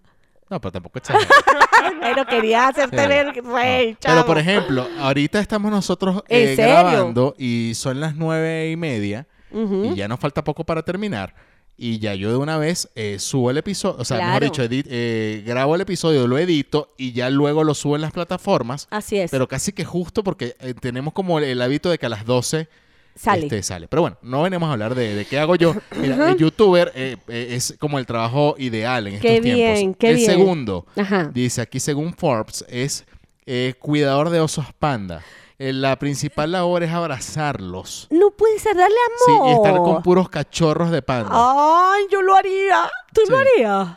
Speaker 2: No, pero tampoco exageres.
Speaker 3: Pero quería hacerte
Speaker 2: Sí.
Speaker 3: ver,
Speaker 2: Ah, Pero
Speaker 3: güey, Pues, chamo.
Speaker 2: por ejemplo, ahorita estamos nosotros
Speaker 3: ¿En
Speaker 2: eh,
Speaker 3: serio?
Speaker 2: grabando y son las nueve y media
Speaker 3: Ujú.
Speaker 2: y ya nos falta poco para terminar. Y ya yo de una vez eh, subo el episodio, o sea, mejor
Speaker 3: Claro.
Speaker 2: dicho, edit- eh, grabo el episodio, lo edito y ya luego lo subo en las plataformas.
Speaker 3: Así Ah, es.
Speaker 2: Pero casi que justo porque eh, tenemos como el, el hábito de que a las 12
Speaker 3: Sale.
Speaker 2: este, sale. Pero bueno, no venimos a hablar de, de qué hago yo. Mira, el youtuber eh, eh, es como el trabajo ideal en estos
Speaker 3: Qué
Speaker 2: tiempos.
Speaker 3: bien, qué
Speaker 2: el
Speaker 3: bien.
Speaker 2: segundo,
Speaker 3: Ajá.
Speaker 2: dice aquí según Forbes, es eh, cuidador de osos panda. Eh, la principal labor es abrazarlos.
Speaker 3: No puede ser darle
Speaker 2: Sí,
Speaker 3: amor.
Speaker 2: y estar con puros cachorros de panda.
Speaker 3: Ah. Ay, yo lo haría. ¿Tú lo
Speaker 2: Sí.
Speaker 3: harías?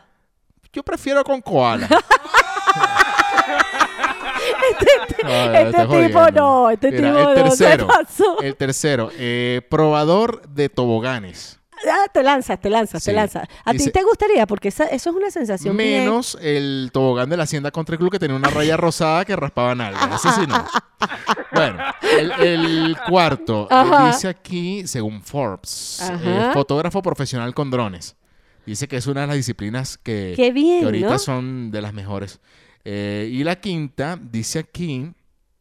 Speaker 2: Yo prefiero con koala. Ah, No,
Speaker 3: este
Speaker 2: te
Speaker 3: tipo
Speaker 2: jodiendo.
Speaker 3: no, este
Speaker 2: Mira,
Speaker 3: tipo no,
Speaker 2: el
Speaker 3: ¿qué
Speaker 2: tercero,
Speaker 3: pasó?
Speaker 2: El tercero, eh, probador de toboganes.
Speaker 3: Ah, te lanzas, te lanzas,
Speaker 2: Sí.
Speaker 3: te lanzas. ¿A ti
Speaker 2: Dice-
Speaker 3: te gustaría? Porque esa- eso es una sensación bien-
Speaker 2: Menos el tobogán de la Hacienda Country Club que tenía una raya rosada que raspaba nalgas. Ese sí no. Bueno, el, el cuarto eh,
Speaker 3: Ajá.
Speaker 2: dice aquí, según Forbes,
Speaker 3: Ajá.
Speaker 2: eh, fotógrafo profesional con drones. Dice que es una de las disciplinas que,
Speaker 3: Qué bien,
Speaker 2: que ahorita
Speaker 3: ¿no?
Speaker 2: son de las mejores. Eh, y la quinta dice aquí,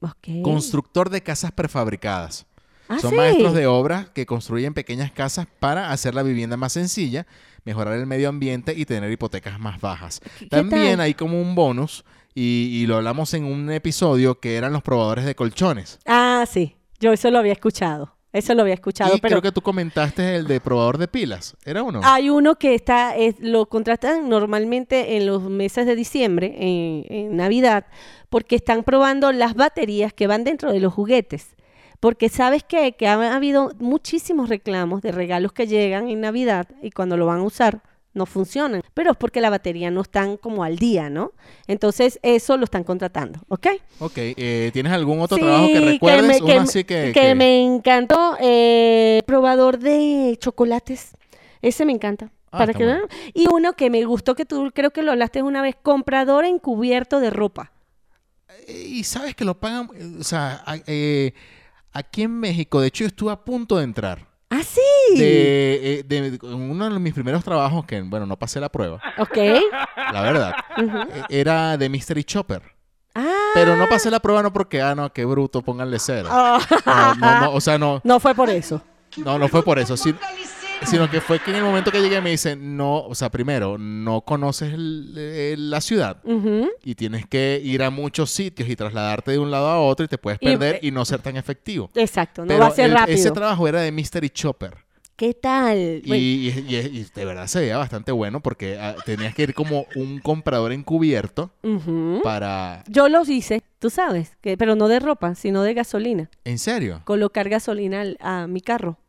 Speaker 3: Ok.
Speaker 2: constructor de casas prefabricadas.
Speaker 3: Ah,
Speaker 2: Son
Speaker 3: sí.
Speaker 2: maestros de obras que construyen pequeñas casas para hacer la vivienda más sencilla, mejorar el medio ambiente y tener hipotecas más bajas.
Speaker 3: qué
Speaker 2: También
Speaker 3: tal?
Speaker 2: hay como un bonus, y, y lo hablamos en un episodio, que eran los probadores de colchones.
Speaker 3: Ah, sí. Yo eso lo había escuchado. Eso lo había escuchado,
Speaker 2: y
Speaker 3: pero Ah.
Speaker 2: creo que tú comentaste el de probador de pilas. ¿Era uno?
Speaker 3: Hay uno que está, es- lo contratan normalmente en los meses de diciembre, en, en Navidad, porque están probando las baterías que van dentro de los juguetes. Porque sabes qué? que ha habido muchísimos reclamos de regalos que llegan en Navidad y cuando lo van a usar no funcionan. Pero es porque la batería no están como al día, ¿no? Entonces eso lo están contratando, ¿ok?
Speaker 2: Ok. eh, ¿Tienes algún otro
Speaker 3: Sí,
Speaker 2: trabajo que recuerdes?
Speaker 3: me-
Speaker 2: Uno
Speaker 3: me-
Speaker 2: así que...
Speaker 3: que
Speaker 2: que-
Speaker 3: me encantó. eh, probador de chocolates. Ese me encanta.
Speaker 2: Ah,
Speaker 3: para
Speaker 2: está
Speaker 3: que
Speaker 2: bueno.
Speaker 3: vean. Y uno que me gustó, que tú creo que lo hablaste una vez, comprador encubierto de ropa.
Speaker 2: Y sabes eh, que lo pagan... eh, O sea, a- eh, aquí en México, de hecho, yo estuve a punto de entrar.
Speaker 3: Ah, sí.
Speaker 2: De, eh, de- uno de mis primeros trabajos, que bueno, no pasé la prueba,
Speaker 3: Ok.
Speaker 2: la verdad,
Speaker 3: Ujú.
Speaker 2: eh, era de Mystery Chopper.
Speaker 3: Ah.
Speaker 2: Pero no pasé la prueba no porque, ah, no, qué bruto, pónganle cero.
Speaker 3: Oh.
Speaker 2: No, no, no, o sea, no,
Speaker 3: No fue por eso.
Speaker 2: no, no fue por eso, si- sino que fue que en el momento que llegué me dicen, no, o sea, primero, no conoces el- eh, la ciudad
Speaker 3: Ujú.
Speaker 2: y tienes que ir a muchos sitios y trasladarte de un lado a otro y te puedes
Speaker 3: Y-
Speaker 2: perder y, no ser tan efectivo.
Speaker 3: Exacto, no
Speaker 2: Pero
Speaker 3: va a ser
Speaker 2: el- ese
Speaker 3: rápido.
Speaker 2: trabajo era de Mystery Chopper.
Speaker 3: ¿Qué tal?
Speaker 2: Y,
Speaker 3: Bueno,
Speaker 2: y- y- y de verdad se veía bastante bueno porque ah, tenías que ir como un comprador encubierto
Speaker 3: ujú.
Speaker 2: para...
Speaker 3: Yo los hice, tú sabes, que, pero no de ropa, sino de gasolina.
Speaker 2: ¿En serio?
Speaker 3: Colocar gasolina al- a mi carro.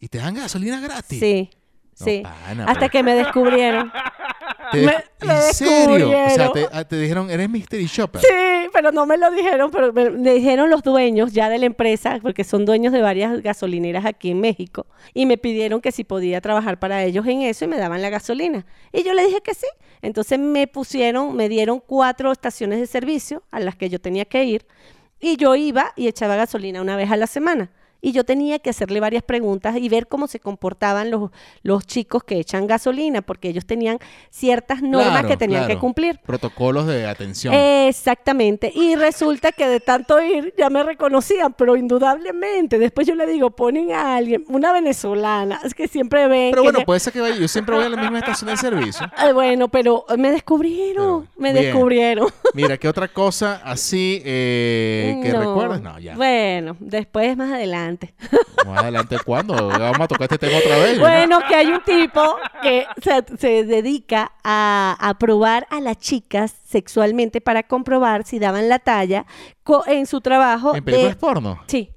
Speaker 2: ¿Y te dan gasolina gratis?
Speaker 3: Sí,
Speaker 2: No,
Speaker 3: sí.
Speaker 2: pana,
Speaker 3: Hasta
Speaker 2: pero-
Speaker 3: que me descubrieron.
Speaker 2: Te-
Speaker 3: Me- me
Speaker 2: ¿En serio? O sea,
Speaker 3: descubrieron.
Speaker 2: te, ah, te dijeron, eres Mystery Shopper.
Speaker 3: Sí, pero no me lo dijeron, pero me, me dijeron los dueños ya de la empresa, porque son dueños de varias gasolineras aquí en México, y me pidieron que si podía trabajar para ellos en eso y me daban la gasolina. Y yo le dije que sí. Entonces me pusieron, me dieron cuatro estaciones de servicio a las que yo tenía que ir, y yo iba y echaba gasolina una vez a la semana. Y yo tenía que hacerle varias preguntas y ver cómo se comportaban los, los chicos que echan gasolina, porque ellos tenían ciertas normas
Speaker 2: Claro,
Speaker 3: que tenían
Speaker 2: claro.
Speaker 3: que cumplir. Eh,
Speaker 2: Protocolos de atención.
Speaker 3: Exactamente. Y resulta que de tanto ir ya me reconocían, pero indudablemente. Después yo le digo, ponen a alguien, una venezolana, es que siempre ven.
Speaker 2: Pero
Speaker 3: que
Speaker 2: bueno, pues.
Speaker 3: ya-
Speaker 2: puede ser que vaya. Yo siempre voy a la misma estación de servicio.
Speaker 3: Ay, bueno, pero me descubrieron,
Speaker 2: Pero,
Speaker 3: me
Speaker 2: bien.
Speaker 3: descubrieron.
Speaker 2: Mira, ¿qué otra cosa así eh, que
Speaker 3: No.
Speaker 2: recuerdas? No, ya.
Speaker 3: Bueno, después más adelante.
Speaker 2: Más adelante, ¿cuándo? Vamos a tocar este tema otra vez.
Speaker 3: Bueno, que hay un tipo que se, se dedica a, a probar a las chicas sexualmente para comprobar si daban la talla co- en su trabajo
Speaker 2: ¿En
Speaker 3: de
Speaker 2: películas porno?
Speaker 3: Sí.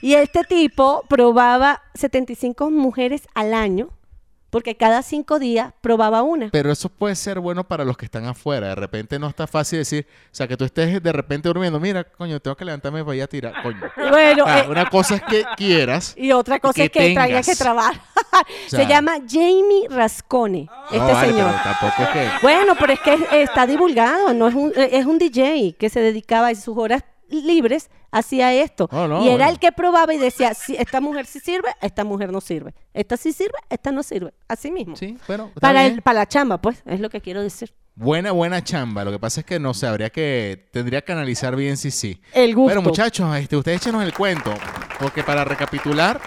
Speaker 3: Y este tipo probaba 75 mujeres al año, porque cada cinco días probaba una.
Speaker 2: Pero eso puede ser bueno para los que están afuera. De repente no está fácil decir, o sea, que tú estés de repente durmiendo, mira, coño, tengo que levantarme para ir a tirar, coño.
Speaker 3: Bueno,
Speaker 2: Ah,
Speaker 3: eh,
Speaker 2: una cosa es que quieras.
Speaker 3: y otra cosa
Speaker 2: que
Speaker 3: es que traiga
Speaker 2: tengas.
Speaker 3: que trabajar.
Speaker 2: sea-
Speaker 3: Se llama Jamie Rascone, este
Speaker 2: No, vale,
Speaker 3: señor.
Speaker 2: pero tampoco es que...
Speaker 3: Bueno, pero es que es- está divulgado, no es un, eh, es un DJ que se dedicaba en sus horas libres hacía esto
Speaker 2: No, Oh, no,
Speaker 3: y era
Speaker 2: bueno.
Speaker 3: el que probaba y decía si esta mujer sí sirve esta mujer no sirve esta sí sirve esta no sirve así mismo
Speaker 2: Sí, bueno, está
Speaker 3: para
Speaker 2: bien.
Speaker 3: el, para la chamba pues es lo que quiero decir
Speaker 2: Buena, buena chamba. Lo que pasa es que no sé, habría que, tendría que analizar bien si sí.
Speaker 3: El gusto.
Speaker 2: Pero muchachos, este, ustedes échenos el cuento. Porque para recapitular,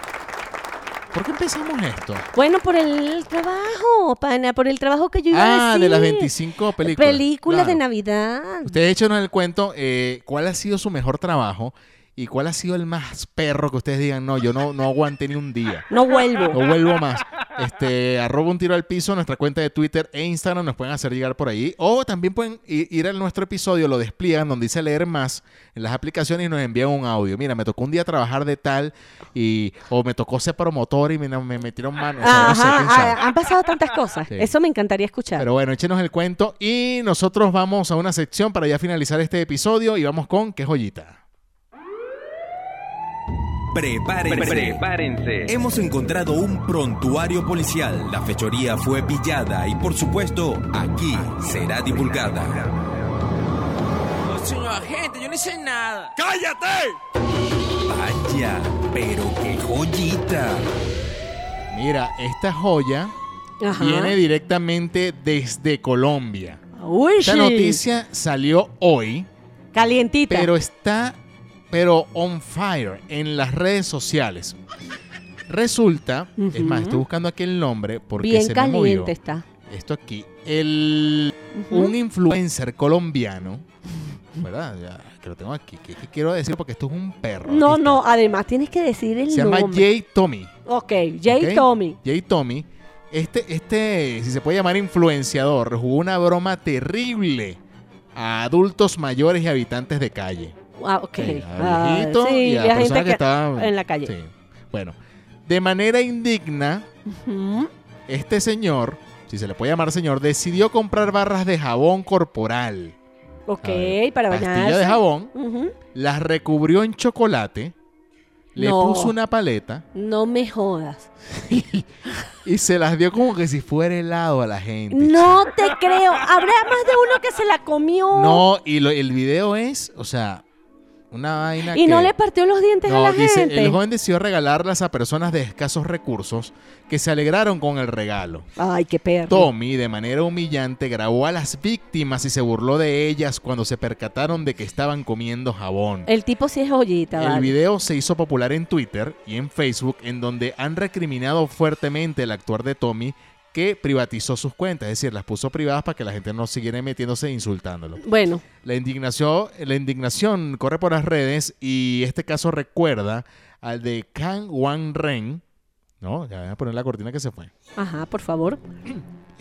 Speaker 2: ¿por qué empezamos esto?
Speaker 3: Bueno, por el trabajo, pana, por el trabajo que yo iba a
Speaker 2: Ah,
Speaker 3: decir.
Speaker 2: de las 25 películas.
Speaker 3: Películas de
Speaker 2: Claro.
Speaker 3: Navidad.
Speaker 2: Ustedes échenos el cuento, eh, ¿cuál ha sido su mejor trabajo? ¿Y cuál ha sido el más perro que ustedes digan, no, yo no, no aguanté ni un día?
Speaker 3: No
Speaker 2: No
Speaker 3: vuelvo.
Speaker 2: vuelvo más. Este, arroba un tiro al piso, nuestra cuenta de Twitter e Instagram nos pueden hacer llegar por ahí. O también pueden i- ir a nuestro episodio, lo despliegan donde dice leer más en las aplicaciones y nos envían un audio. Mira, me tocó un día trabajar de tal y o me tocó ser promotor y me, me metieron mano. O sea, no sé,
Speaker 3: Ajá,
Speaker 2: quién sabe.
Speaker 3: ah, han pasado tantas cosas.
Speaker 2: Sí.
Speaker 3: Eso me encantaría escuchar.
Speaker 2: Pero bueno, échenos el cuento y nosotros vamos a una sección para ya finalizar este episodio y vamos con qué joyita.
Speaker 5: Prepárense.
Speaker 6: Prepárense.
Speaker 5: Hemos encontrado un prontuario policial. La fechoría fue pillada y, por supuesto, aquí será divulgada.
Speaker 7: No, señor agente, yo no hice nada.
Speaker 5: ¡Cállate! Vaya, pero qué joyita.
Speaker 2: Mira, esta joya
Speaker 3: Ajá.
Speaker 2: viene directamente desde Colombia.
Speaker 3: Uy,
Speaker 2: Esta
Speaker 3: sí.
Speaker 2: noticia salió hoy,
Speaker 3: Calientita.
Speaker 2: pero está pero on fire en las redes sociales. Resulta, es más,
Speaker 3: Ujú.
Speaker 2: estoy buscando aquí el nombre porque
Speaker 3: Bien
Speaker 2: se me movió.
Speaker 3: caliente está.
Speaker 2: Esto aquí, el
Speaker 3: Ujú.
Speaker 2: un influencer colombiano, ¿verdad? Ya, que lo tengo aquí. ¿Qué, qué quiero decir? Porque esto es un perro.
Speaker 3: No,
Speaker 2: aquí está.
Speaker 3: no, además tienes que decir el
Speaker 2: Se
Speaker 3: nombre.
Speaker 2: llama Jay Tommy.
Speaker 3: Ok, Jay
Speaker 2: ¿ok?
Speaker 3: Tommy.
Speaker 2: Jay Tommy. Este, este, si se puede llamar influenciador, jugó una broma terrible a adultos mayores y habitantes de calle.
Speaker 3: Ah, ok.
Speaker 2: Sí, a
Speaker 3: Ah,
Speaker 2: viejitos
Speaker 3: sí,
Speaker 2: y a
Speaker 3: la
Speaker 2: personas
Speaker 3: gente
Speaker 2: que, estaban
Speaker 3: en la calle.
Speaker 2: sí. Bueno, de manera indigna,
Speaker 3: Ujú.
Speaker 2: este señor, si se le puede llamar señor, decidió comprar barras de jabón corporal.
Speaker 3: Ok,
Speaker 2: A ver,
Speaker 3: para
Speaker 2: pastilla
Speaker 3: bañarse.
Speaker 2: de jabón,
Speaker 3: Ujú.
Speaker 2: las recubrió en chocolate, le
Speaker 3: No.
Speaker 2: puso una paleta
Speaker 3: No me jodas.
Speaker 2: y se las dio como que si fuera helado a la gente.
Speaker 3: No te creo. Habrá más de uno que se la comió.
Speaker 2: No, y lo- el video es, o sea, Una vaina
Speaker 3: Y no
Speaker 2: que-
Speaker 3: le partió los dientes a
Speaker 2: No,
Speaker 3: la
Speaker 2: dice,
Speaker 3: gente.
Speaker 2: el joven decidió regalarlas a personas de escasos recursos que se alegraron con el regalo.
Speaker 3: Ay, qué perro.
Speaker 2: Tommy, de manera humillante, grabó a las víctimas y se burló de ellas cuando se percataron de que estaban comiendo jabón.
Speaker 3: El tipo sí es joyita,
Speaker 2: El
Speaker 3: vale.
Speaker 2: video se hizo popular en Twitter y en Facebook, en donde han recriminado fuertemente el actuar de Tommy, que privatizó sus cuentas, es decir, las puso privadas para que la gente no siguiera metiéndose e insultándolo.
Speaker 3: Bueno,
Speaker 2: La indignación, la indignación corre por las redes y este caso recuerda al de Kang Wan Ren, ¿no? Ya voy a poner la cortina que se fue.
Speaker 3: ajá, por favor.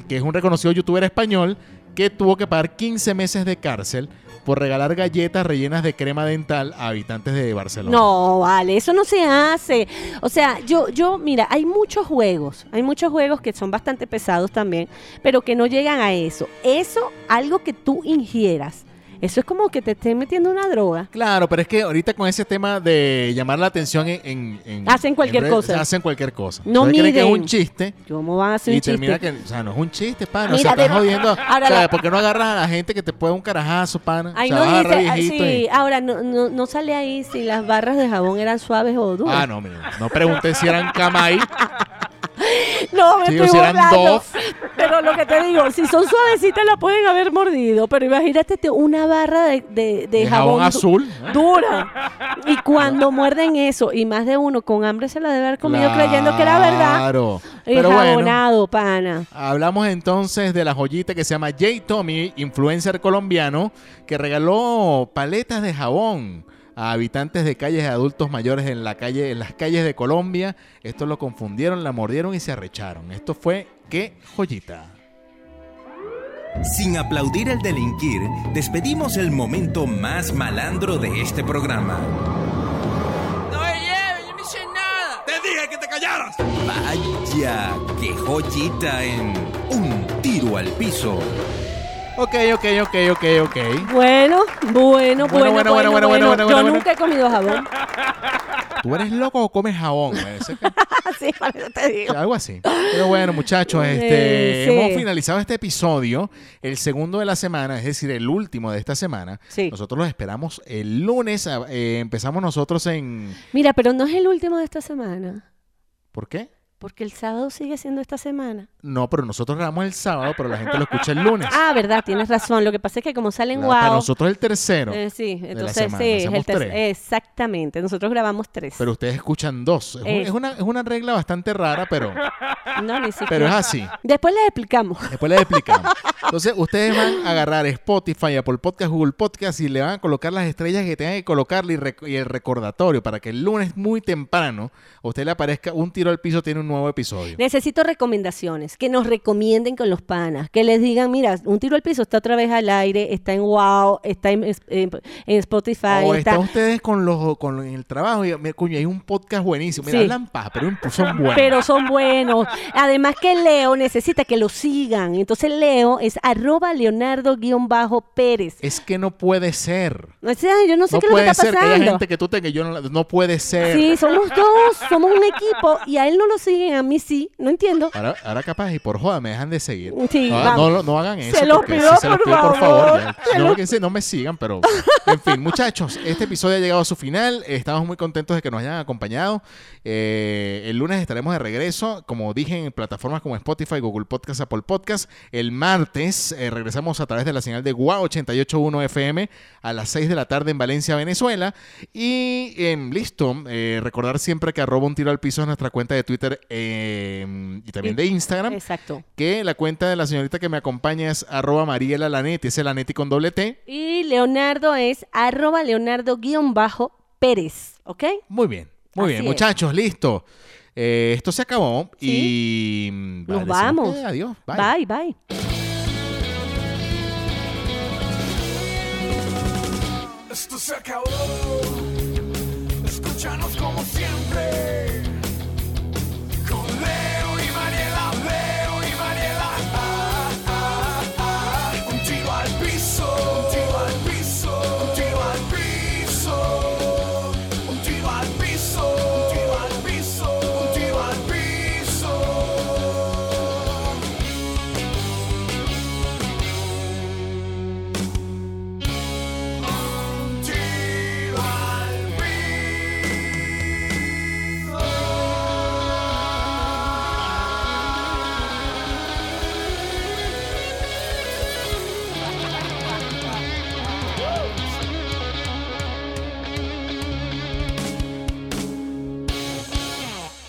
Speaker 2: Que es un reconocido youtuber español que tuvo que pagar 15 meses de cárcel por regalar galletas rellenas de crema dental a habitantes de Barcelona.
Speaker 3: No, vale, eso no se hace. O sea, yo, yo, mira, hay muchos juegos, hay muchos juegos que son bastante pesados también, pero que no llegan a eso. Eso, algo que tú ingieras, eso es como que te estén metiendo una droga.
Speaker 2: Claro, pero es que ahorita con ese tema de llamar la atención en... en- en-
Speaker 3: Hacen cualquier
Speaker 2: en redes,
Speaker 3: cosa.
Speaker 2: Hacen cualquier cosa.
Speaker 3: No
Speaker 2: Entonces creen que es
Speaker 3: miden.
Speaker 2: un chiste
Speaker 3: ¿Cómo van a hacer
Speaker 2: y
Speaker 3: un
Speaker 2: termina
Speaker 3: chiste?
Speaker 2: que... O sea, no es un chiste, pana. o
Speaker 3: Mira,
Speaker 2: sea, estás
Speaker 3: pero- ah,
Speaker 2: jodiendo...
Speaker 3: ahora
Speaker 2: o sea,
Speaker 3: la-
Speaker 2: ¿por qué no agarras a la gente que te puede un carajazo, pana?
Speaker 3: Ahí
Speaker 2: o sea,
Speaker 3: no
Speaker 2: vas a agarrar
Speaker 3: dice, ah,
Speaker 2: viejitos y-
Speaker 3: sí, ahora no, no, no sale ahí si las barras de jabón eran suaves o duras.
Speaker 2: Ah, no, miren, no pregunten si eran Kamai.
Speaker 3: No, me
Speaker 2: Sí,
Speaker 3: estoy
Speaker 2: si eran
Speaker 3: burlando.
Speaker 2: dos.
Speaker 3: Pero lo que te digo, si son suavecitas la pueden haber mordido. Pero imagínate te- una barra de, de- de
Speaker 2: De jabón
Speaker 3: jabón, du-
Speaker 2: azul.
Speaker 3: Dura. Y cuando muerden eso, y más de uno con hambre se la debe haber comido creyendo que era verdad.
Speaker 2: Claro.
Speaker 3: Y
Speaker 2: Pero bueno,
Speaker 3: jabonado, pana.
Speaker 2: Hablamos entonces de la joyita que se llama Jay Tommy, influencer colombiano, que regaló paletas de jabón a habitantes de calles de adultos mayores en, la calle, en las calles de Colombia. Esto lo confundieron, la mordieron y se arrecharon. Esto fue qué joyita.
Speaker 5: Sin aplaudir el delinquir, despedimos el momento más malandro de este programa.
Speaker 7: No me lleven, yo no hice nada.
Speaker 5: ¡Te dije que te callaras! Vaya, qué joyita en un tiro al piso.
Speaker 2: Ok, ok, ok, ok, ok.
Speaker 3: Bueno, bueno, bueno, bueno, bueno, bueno,
Speaker 2: bueno, bueno, bueno,
Speaker 3: Yo
Speaker 2: bueno.
Speaker 3: nunca he comido jabón.
Speaker 2: ¿Tú eres loco o comes jabón? Parece que-
Speaker 3: Así, para que te
Speaker 2: Sí,
Speaker 3: digo.
Speaker 2: Algo así. Pero bueno, muchachos,
Speaker 3: Eh,
Speaker 2: este,
Speaker 3: sí.
Speaker 2: hemos finalizado este episodio, el segundo de la semana, es decir, el último de esta semana.
Speaker 3: Sí.
Speaker 2: Nosotros los esperamos el lunes. a- eh, empezamos nosotros en.
Speaker 3: Mira, pero no es el último de esta semana.
Speaker 2: ¿Por qué?
Speaker 3: Porque el sábado sigue siendo esta semana.
Speaker 2: No, pero nosotros grabamos el sábado, pero la gente lo escucha el lunes.
Speaker 3: Ah, verdad, tienes razón. Lo que pasa es que como salen
Speaker 2: Claro,
Speaker 3: guau.
Speaker 2: Para nosotros el tercero.
Speaker 3: Eh, sí,
Speaker 2: la
Speaker 3: entonces
Speaker 2: semana,
Speaker 3: sí, es
Speaker 2: hacemos
Speaker 3: el tercer.
Speaker 2: tres.
Speaker 3: Exactamente, nosotros grabamos tres.
Speaker 2: Pero ustedes escuchan dos. Es, un-
Speaker 3: Eh.
Speaker 2: es una, es una regla bastante rara, pero,
Speaker 3: no, ni siquiera.
Speaker 2: pero es así.
Speaker 3: Después les explicamos.
Speaker 2: Después les explicamos. Entonces, ustedes van a agarrar Spotify, Apple Podcast, Google Podcast y le van a colocar las estrellas que tengan que colocarle y, rec- y el recordatorio para que el lunes muy temprano a usted le aparezca un tiro al piso, tiene un nuevo episodio.
Speaker 3: Necesito recomendaciones, que nos recomienden con los panas, que les digan, mira, un tiro al piso está otra vez al aire, está en Wow, está en, es- en- en Spotify,
Speaker 2: O
Speaker 3: está...
Speaker 2: están ustedes con los con en el trabajo y mira, coño, hay un podcast buenísimo. Mira,
Speaker 3: Sí.
Speaker 2: hablan paja, pero son buenos.
Speaker 3: Pero son buenos. Además que Leo necesita que lo sigan. Entonces Leo es arroba Leonardo-Pérez.
Speaker 2: Es que no puede ser.
Speaker 3: O sea, yo no sé
Speaker 2: No
Speaker 3: qué es lo que
Speaker 2: puede
Speaker 3: está
Speaker 2: ser que
Speaker 3: pasando.
Speaker 2: haya gente que tú tengas y yo no, la- no puede ser.
Speaker 3: Sí, somos dos, somos un equipo y a él no lo siguen, a mí sí, no entiendo.
Speaker 2: Ahora, ahora capaz y por joda me dejan de seguir.
Speaker 3: Sí,
Speaker 2: no,
Speaker 3: vamos.
Speaker 2: no, lo- no hagan
Speaker 3: Se
Speaker 2: eso.
Speaker 3: los
Speaker 2: porque
Speaker 3: pido,
Speaker 2: se los
Speaker 3: por
Speaker 2: pido, por
Speaker 3: favor.
Speaker 2: favor. ya.
Speaker 3: Se
Speaker 2: No,
Speaker 3: los-
Speaker 2: que se- no me sigan, pero... En fin, muchachos, este episodio ha llegado a su final. Estamos muy contentos de que nos hayan acompañado. Eh, el lunes estaremos de regreso, como dije, en plataformas como Spotify, Google Podcast, Apple Podcast. El martes eh, regresamos a través de la señal de Guau 881 FM a las 6 de la tarde en Valencia, Venezuela. Y em, listo, eh, recordar siempre que arroba un tiro al piso es nuestra cuenta de Twitter em, y también de Instagram
Speaker 3: Exacto.
Speaker 2: que la cuenta de la señorita que me acompaña es arroba Mariela Lanetti, es el Lanetti con doble T.
Speaker 3: Y Leonardo es arroba Leonardo-Pérez, ¿ok?
Speaker 2: Muy bien, muy
Speaker 3: Así
Speaker 2: bien,
Speaker 3: es.
Speaker 2: muchachos, listo. Eh, esto se acabó y mm,
Speaker 3: Nos
Speaker 2: decimos
Speaker 3: vamos.
Speaker 2: que Adiós. bye.
Speaker 3: Bye, bye.
Speaker 1: Esto se acabó. Escúchanos como siempre. Con Leo y Mariela, Leo y Mariela. Ah, ah, ah. Un tiro al piso. Un tiro al piso. Un tiro al piso. Un tiro al piso. Un tiro al piso. Un tiro al piso. Un tiro al